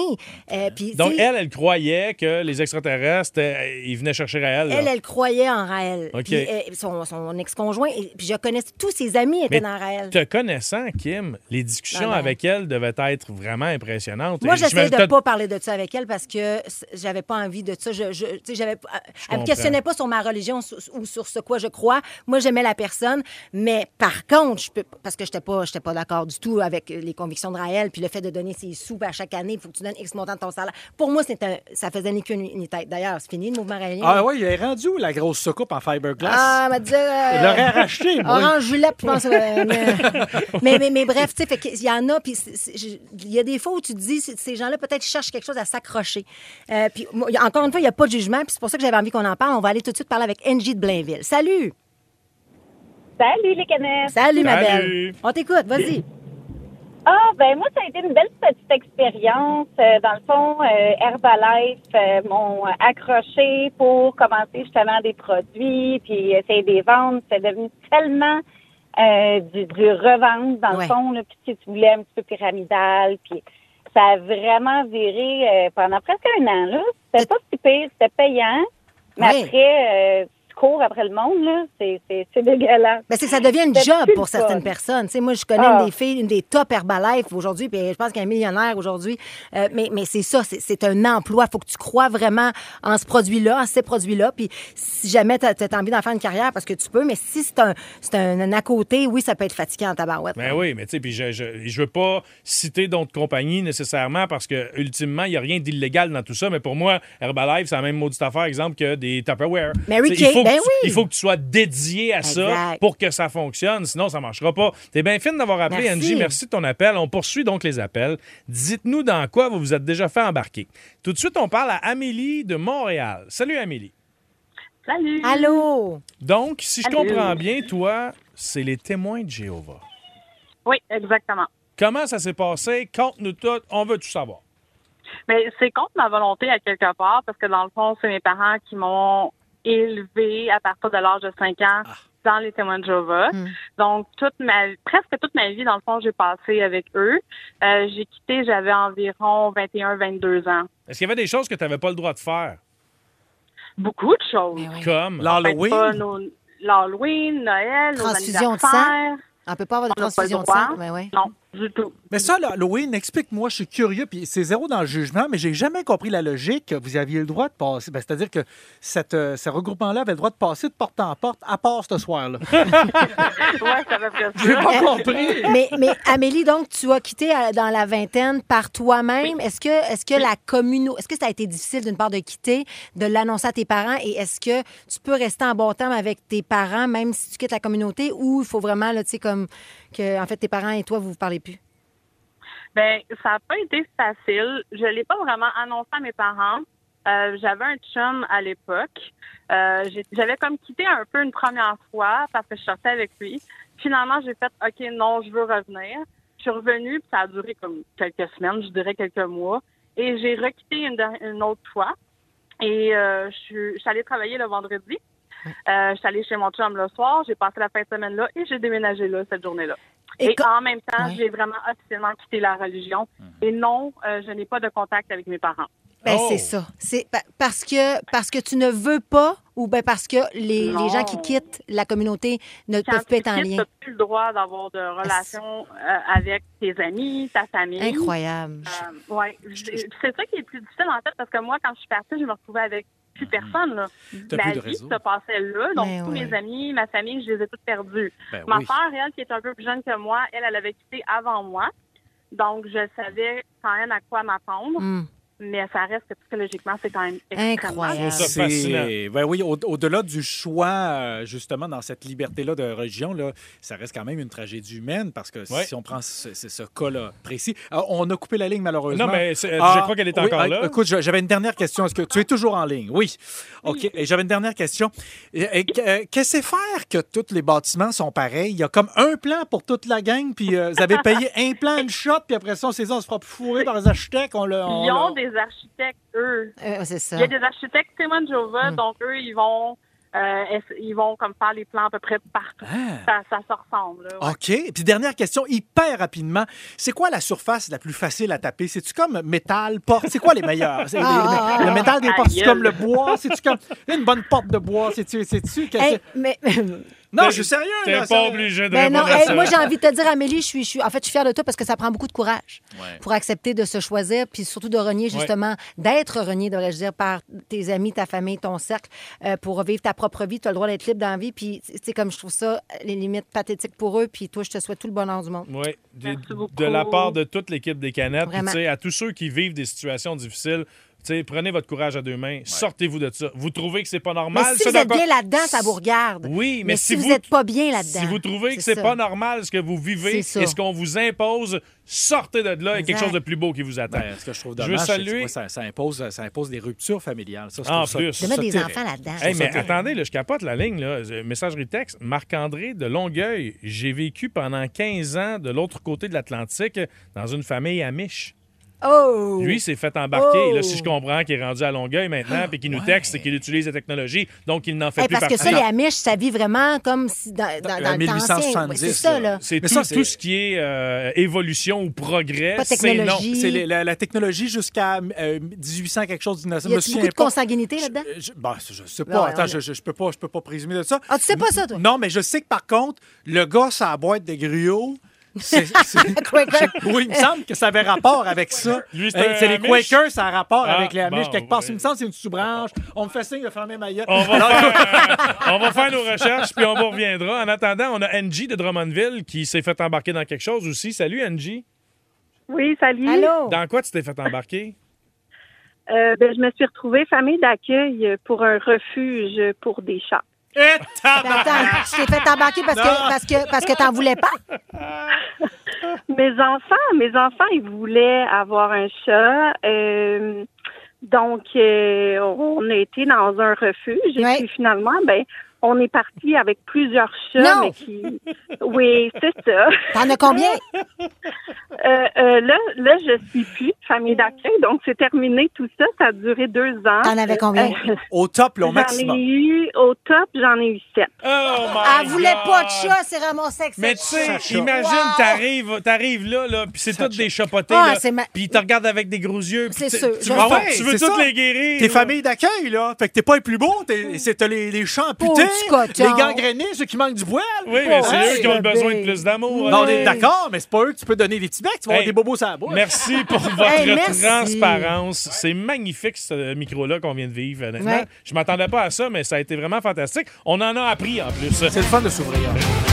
Euh, puis, Donc, tu sais, elle, elle croyait que les extraterrestres, euh, ils venaient chercher à elle. là. elle, elle croyait en Raël. OK. Puis, euh, son son ex-conjoint, et- puis je connaissais tous ses amis étaient Mais dans Raël. te connaissant, Kim, les discussions Non, non. avec elle devaient être vraiment impressionnantes. Moi, Et j'imagine- j'essayais de t'as- ne pas parler de ça avec elle parce que c- j'avais pas envie de ça. Je, je, tu sais, j'avais, euh, elle me comprends. questionnait pas sur ma religion su- ou sur ce quoi je crois. Moi, j'aimais la personne. Mais par contre, je peux, parce que je n'étais pas, j'étais pas d'accord du tout avec les convictions de Raël, puis le fait de donner ses sous à chaque année, il faut que tu donnes X montant de ton salaire. Pour moi, c'était, ça faisait ni queue ni ni tête. D'ailleurs, c'est fini le mouvement raélien. Ah oui, il est rendu où la grosse soucoupe en fiberglass? Ah, elle m'a dit. euh, Il l'aurait arraché, moi. Orange julep, je pense. euh, mais, mais, mais- mais bref, tu sais, fait qu'il y en a, puis c'est- c'est- je- il y a des fois où tu te dis, c'est- ces gens-là, peut-être, cherchent quelque chose à s'accrocher. Euh, puis, moi, il y a- encore une fois, il n'y a pas de jugement, puis c'est pour ça que j'avais envie qu'on en parle. On va aller tout de suite parler avec Angie de Blainville. Salut! Salut les Kenneth. Salut, ma Salut. belle! On t'écoute, vas-y. Ah ben moi ça a été une belle petite expérience. Euh, Dans le fond, euh, Herbalife euh, m'ont accroché pour commencer justement des produits, puis essayer des ventes. C'est devenu tellement euh, du, du revendre dans Ouais. le fond, là, puis si tu voulais un petit peu pyramidal, puis ça a vraiment viré euh, pendant presque un an. là. C'était pas si pire, c'était payant, mais Ouais. après euh, tu cours après le monde là, c'est c'est c'est dégueulasse. Ben, c'est que ça devient une C'est job plus pour le certaines fun. personnes. Tu sais, moi, je connais Ah. une des filles, une des top Herbalife aujourd'hui, puis je pense qu'elle est millionnaire aujourd'hui. Euh, mais mais c'est ça, c'est- c'est un emploi. faut que tu crois vraiment en ce produit-là, en ces produits-là. Puis si jamais tu as, envie d'en faire une carrière, parce que tu peux, mais si c'est un, c'est un, un à côté, oui, ça peut être fatigant en tabarouette. Ben oui, mais tu sais, puis je, je, je veux pas citer d'autres compagnies nécessairement parce que, ultimement, il n'y a rien d'illégal dans tout ça. Mais pour moi, Herbalife, c'est la même maudite affaire, exemple, que des Tupperware. Mary Tu sais, Kay, il faut que ben tu- oui. Il faut que tu sois dédié à ça Exact. pour que ça fonctionne. Sinon, ça marchera pas. T'es bien fine d'avoir appelé, Merci. Angie. Merci de ton appel. On poursuit donc les appels. Dites-nous dans quoi vous vous êtes déjà fait embarquer. Tout de suite, on parle à Amélie de Montréal. Salut, Amélie. Salut. Allô? Donc, si je Salut. comprends bien, toi, c'est les témoins de Jéhovah. Oui, exactement. Comment ça s'est passé? Conte-nous tout. On veut tout savoir. Mais c'est contre ma volonté à quelque part parce que dans le fond, c'est mes parents qui m'ont élevée à partir de l'âge de 5 ans dans les témoins de Jéhovah. Hmm. Donc toute ma presque toute ma vie dans le fond, j'ai passé avec eux. Euh, j'ai quitté, j'avais environ 21 22 ans. Est-ce qu'il y avait des choses que tu n'avais pas le droit de faire? Beaucoup de choses. Comme? Fait que pas nos- L'Halloween, Noël, Ben nos Transfusion de anniversaires. sang. On peut pas avoir de On n'a pas le transfusion de droit. sang. Ben ouais. Non, du tout. Mais ça, là, Halloween, explique-moi, je suis curieux, puis c'est zéro dans le jugement, mais j'ai jamais compris la logique. Vous aviez le droit de passer. Ben, C'est-à-dire que cette, euh, ce regroupement-là avait le droit de passer de porte en porte, à part ce soir-là. ouais, ça va presque. j'ai pas compris. Mais, mais Amélie, donc, tu as quitté à- dans la vingtaine par toi-même. Est-ce que, est-ce que la communauté, est-ce que ça a été difficile d'une part de quitter, de l'annoncer à tes parents et est-ce que tu peux rester en bon terme avec tes parents même si tu quittes la communauté ou il faut vraiment, là, tu sais, comme que, en fait, tes parents et toi, vous vous parlez plus? Ben, ça n'a pas été facile. Je l'ai pas vraiment annoncé à mes parents. Euh, j'avais un chum à l'époque. Euh, j'ai- j'avais comme quitté un peu une première fois parce que je sortais avec lui. Finalement, j'ai fait OK, non, je veux revenir. Je suis revenue, puis ça a duré comme quelques semaines, je dirais quelques mois. Et j'ai requitté une, derni- une autre fois. Et euh, je, suis, je suis allée travailler le vendredi. Euh, je suis allée chez mon chum le soir. J'ai passé la fin de semaine là et j'ai déménagé là cette journée-là. Et Et, co- en même temps, Ouais. j'ai vraiment officiellement quitté la religion. Mhm. Et non, euh, je n'ai pas de contact avec mes parents. Ben, c'est ça. C'est pa- parce que, parce que tu ne veux pas ou ou bien parce que les, les Non. gens qui quittent la communauté ne Quand peuvent pas être tu en quittes, lien? t'as plus le droit d'avoir de relations euh, avec tes amis, ta famille. Incroyable. Euh, ouais. C'est c'est ça qui est plus difficile, en fait, parce que moi, quand je suis partie, je me retrouvais avec plus personne. Là. Mhm. T'as Ma plus de vie réseau. se passait là. Ben Donc, Mais tous ouais. mes amis, ma famille, je les ai toutes perdus. Ben ma oui. soeur, elle, qui est un peu plus jeune que moi, elle, elle avait quitté avant moi. Donc, je savais quand même à quoi m'attendre. Mm. Mais ça reste que psychologiquement, c'est quand même extrêmement Incroyable. ça fascinant. ben oui, au- au-delà du choix, euh, justement, dans cette liberté-là de religion, là, ça reste quand même une tragédie humaine parce que Ouais. si on prend ce, ce- ce cas-là précis. Ah, on a coupé la ligne, malheureusement. Non, mais c'est- euh, je crois qu'elle est oui, encore ah, là. Écoute, je- j'avais une dernière question. Est-ce que tu es toujours en ligne? Oui. OK. Et J'avais une dernière question. Et- et qu- euh, Qu'est-ce que c'est faire que tous les bâtiments sont pareils? Il y a comme un plan pour toute la gang, puis euh, vous avez payé un plan, une shot, puis après ça, on s'est dit, on se fera fourrer par les architectes. On le, on Ils ont le- des architectes, eux. Euh, c'est ça. Il y a des architectes témoins de Jéhovah, Mm. donc eux, ils vont, euh, ess- ils vont comme faire les plans à peu près partout. Ça, ça se ressemble. là, ouais. OK. Puis dernière question, hyper rapidement. C'est quoi la surface la plus facile à taper? C'est-tu comme métal, porte? C'est quoi les meilleurs? C'est- Ah, le, ah, métal des ah. portes, c'est Aïe. comme le bois? C'est-tu comme une bonne porte de bois? C'est-tu? c'est-tu que- Hey, mais... Non, je suis sérieux. T'es là, pas sérieux. obligé de Ben non, répondre à hey, ça. moi j'ai envie de te dire, Amélie, je suis, je suis, en fait, je suis fière de toi parce que ça prend beaucoup de courage Ouais. pour accepter de se choisir, puis surtout de renier Ouais. justement, d'être renié, devrais-je dire, par tes amis, ta famille, ton cercle, euh, pour vivre ta propre vie. Tu as le droit d'être libre dans la vie, puis tu sais, comme je trouve ça, les limites pathétiques pour eux, puis toi, je te souhaite tout le bonheur du monde. Oui, de, de la part de toute l'équipe des Canettes. Puis, Vraiment. tu sais, à tous ceux qui vivent des situations difficiles, tu sais, prenez votre courage à deux mains, sortez-vous de ça. Vous trouvez que c'est pas Mais normal. si ça, vous êtes d'accord- bien là-dedans, ça vous regarde. Oui, mais, si, vous n'êtes pas bien là-dedans. Si vous trouvez que C'est c'est ça. pas normal ce que vous vivez C'est ça. et ce qu'on vous impose, sortez de là, il y a quelque Exact. chose de plus beau qui vous attend. Ben, ce que je trouve veux dommage, c'est que, saluer ouais, ça, ça impose, ça impose des ruptures familiales. Ça, je en trouve ça- plus. je trouve ça terrible. Ah. Je Hey, trouve ça mais terrible. attendez, là, je capote la ligne. Là. Euh, Messagerie texte. Marc-André de Longueuil. J'ai vécu pendant 15 ans de l'autre côté de l'Atlantique dans une famille amiche. Oh! Lui, il s'est fait embarquer. Oh! Ah, Et Là, si je comprends qu'il est rendu à Longueuil maintenant, puis qu'il nous texte et qu'il utilise la technologie, donc il n'en fait Hey, plus parce que partie. ça, les Amish, ça vit vraiment comme si dans, dans, dans le temps ancien. Ouais, c'est ça, là. C'est Mais tout, ça, c'est- tout ce qui est euh, évolution ou progrès. Pas c'est non. C'est les- la, la technologie jusqu'à euh, 1800 quelque chose, 1900. Il y je a me souviens beaucoup de pas. consanguinité là-dedans? Je- ben, ça, je sais pas. Ben ouais, Attends, on- je, je, je peux pas, je peux pas présumer de ça. Ah, tu sais pas ça, toi? Non, mais je sais que par contre, le gars, sa boîte de gruau. c'est- c'est- oui, il me semble que ça avait rapport avec ça. Lui, c'est Hey, un c'est les Amish. Quakers, ça a rapport Ah, avec les Amish bon, Oh. quelque part. Il me semble que c'est une sous-branche. On me fait signe de fermer ma gueule. On va, Alors, faire, euh, on va faire nos recherches, puis on vous reviendra. En attendant, on a Angie de Drummondville qui s'est fait embarquer dans quelque chose aussi. Salut, Angie. Oui, salut. Oh. Dans quoi tu t'es fait embarquer? Euh, ben, je me suis retrouvée famille d'accueil pour un refuge pour des chats. Ben, Attends, tu t'es fait embarquer parce Non. que, parce que, parce que t'en voulais pas? Mes enfants, mes enfants, ils voulaient avoir un chat. euh, donc, euh, on a été dans un refuge et puis finalement, ben, on est parti avec plusieurs chats. Non. mais qui... Oui, c'est ça. T'en as combien? Euh, euh, là, là, je suis plus de famille d'accueil, donc c'est terminé tout ça. Ça a duré deux ans. Euh, T'en avais combien? Euh, Au top, là, au J'en maximum. ai eu, au top, j'en ai eu sept. Elle voulait pas de chat, c'est ramassé avec Oh euh, Mais tu ses chats. sais, imagine, Wow! t'arrives, t'arrives là, là, puis c'est toutes des chapotés, Ah, là, c'est ma- puis ils te regardent avec des gros yeux. puis C'est tu- sûr, Tu je veux, le toutes- sais. Ah tu veux C'est toutes ça. les guérir. Tes là. familles d'accueil, là. Fait que t'es pas les plus beaux, t'es- c'est t'as les, les champs amputés, Oh. Pauvre petit coton. les gangrénés, ceux qui manquent du poil. Oui, mais c'est eux qui ont besoin de plus d'amour. Non, on Hey. est d'accord, mais c'est pas eux que tu peux donner des petits becs, tu vas Hey, avoir des bobos sur la bouche. Merci pour votre Hey, merci. transparence. C'est magnifique ce micro-là qu'on vient de vivre. honnêtement. Ouais. Je m'attendais pas à ça, mais ça a été vraiment fantastique. On en a appris en plus. C'est le fun de s'ouvrir.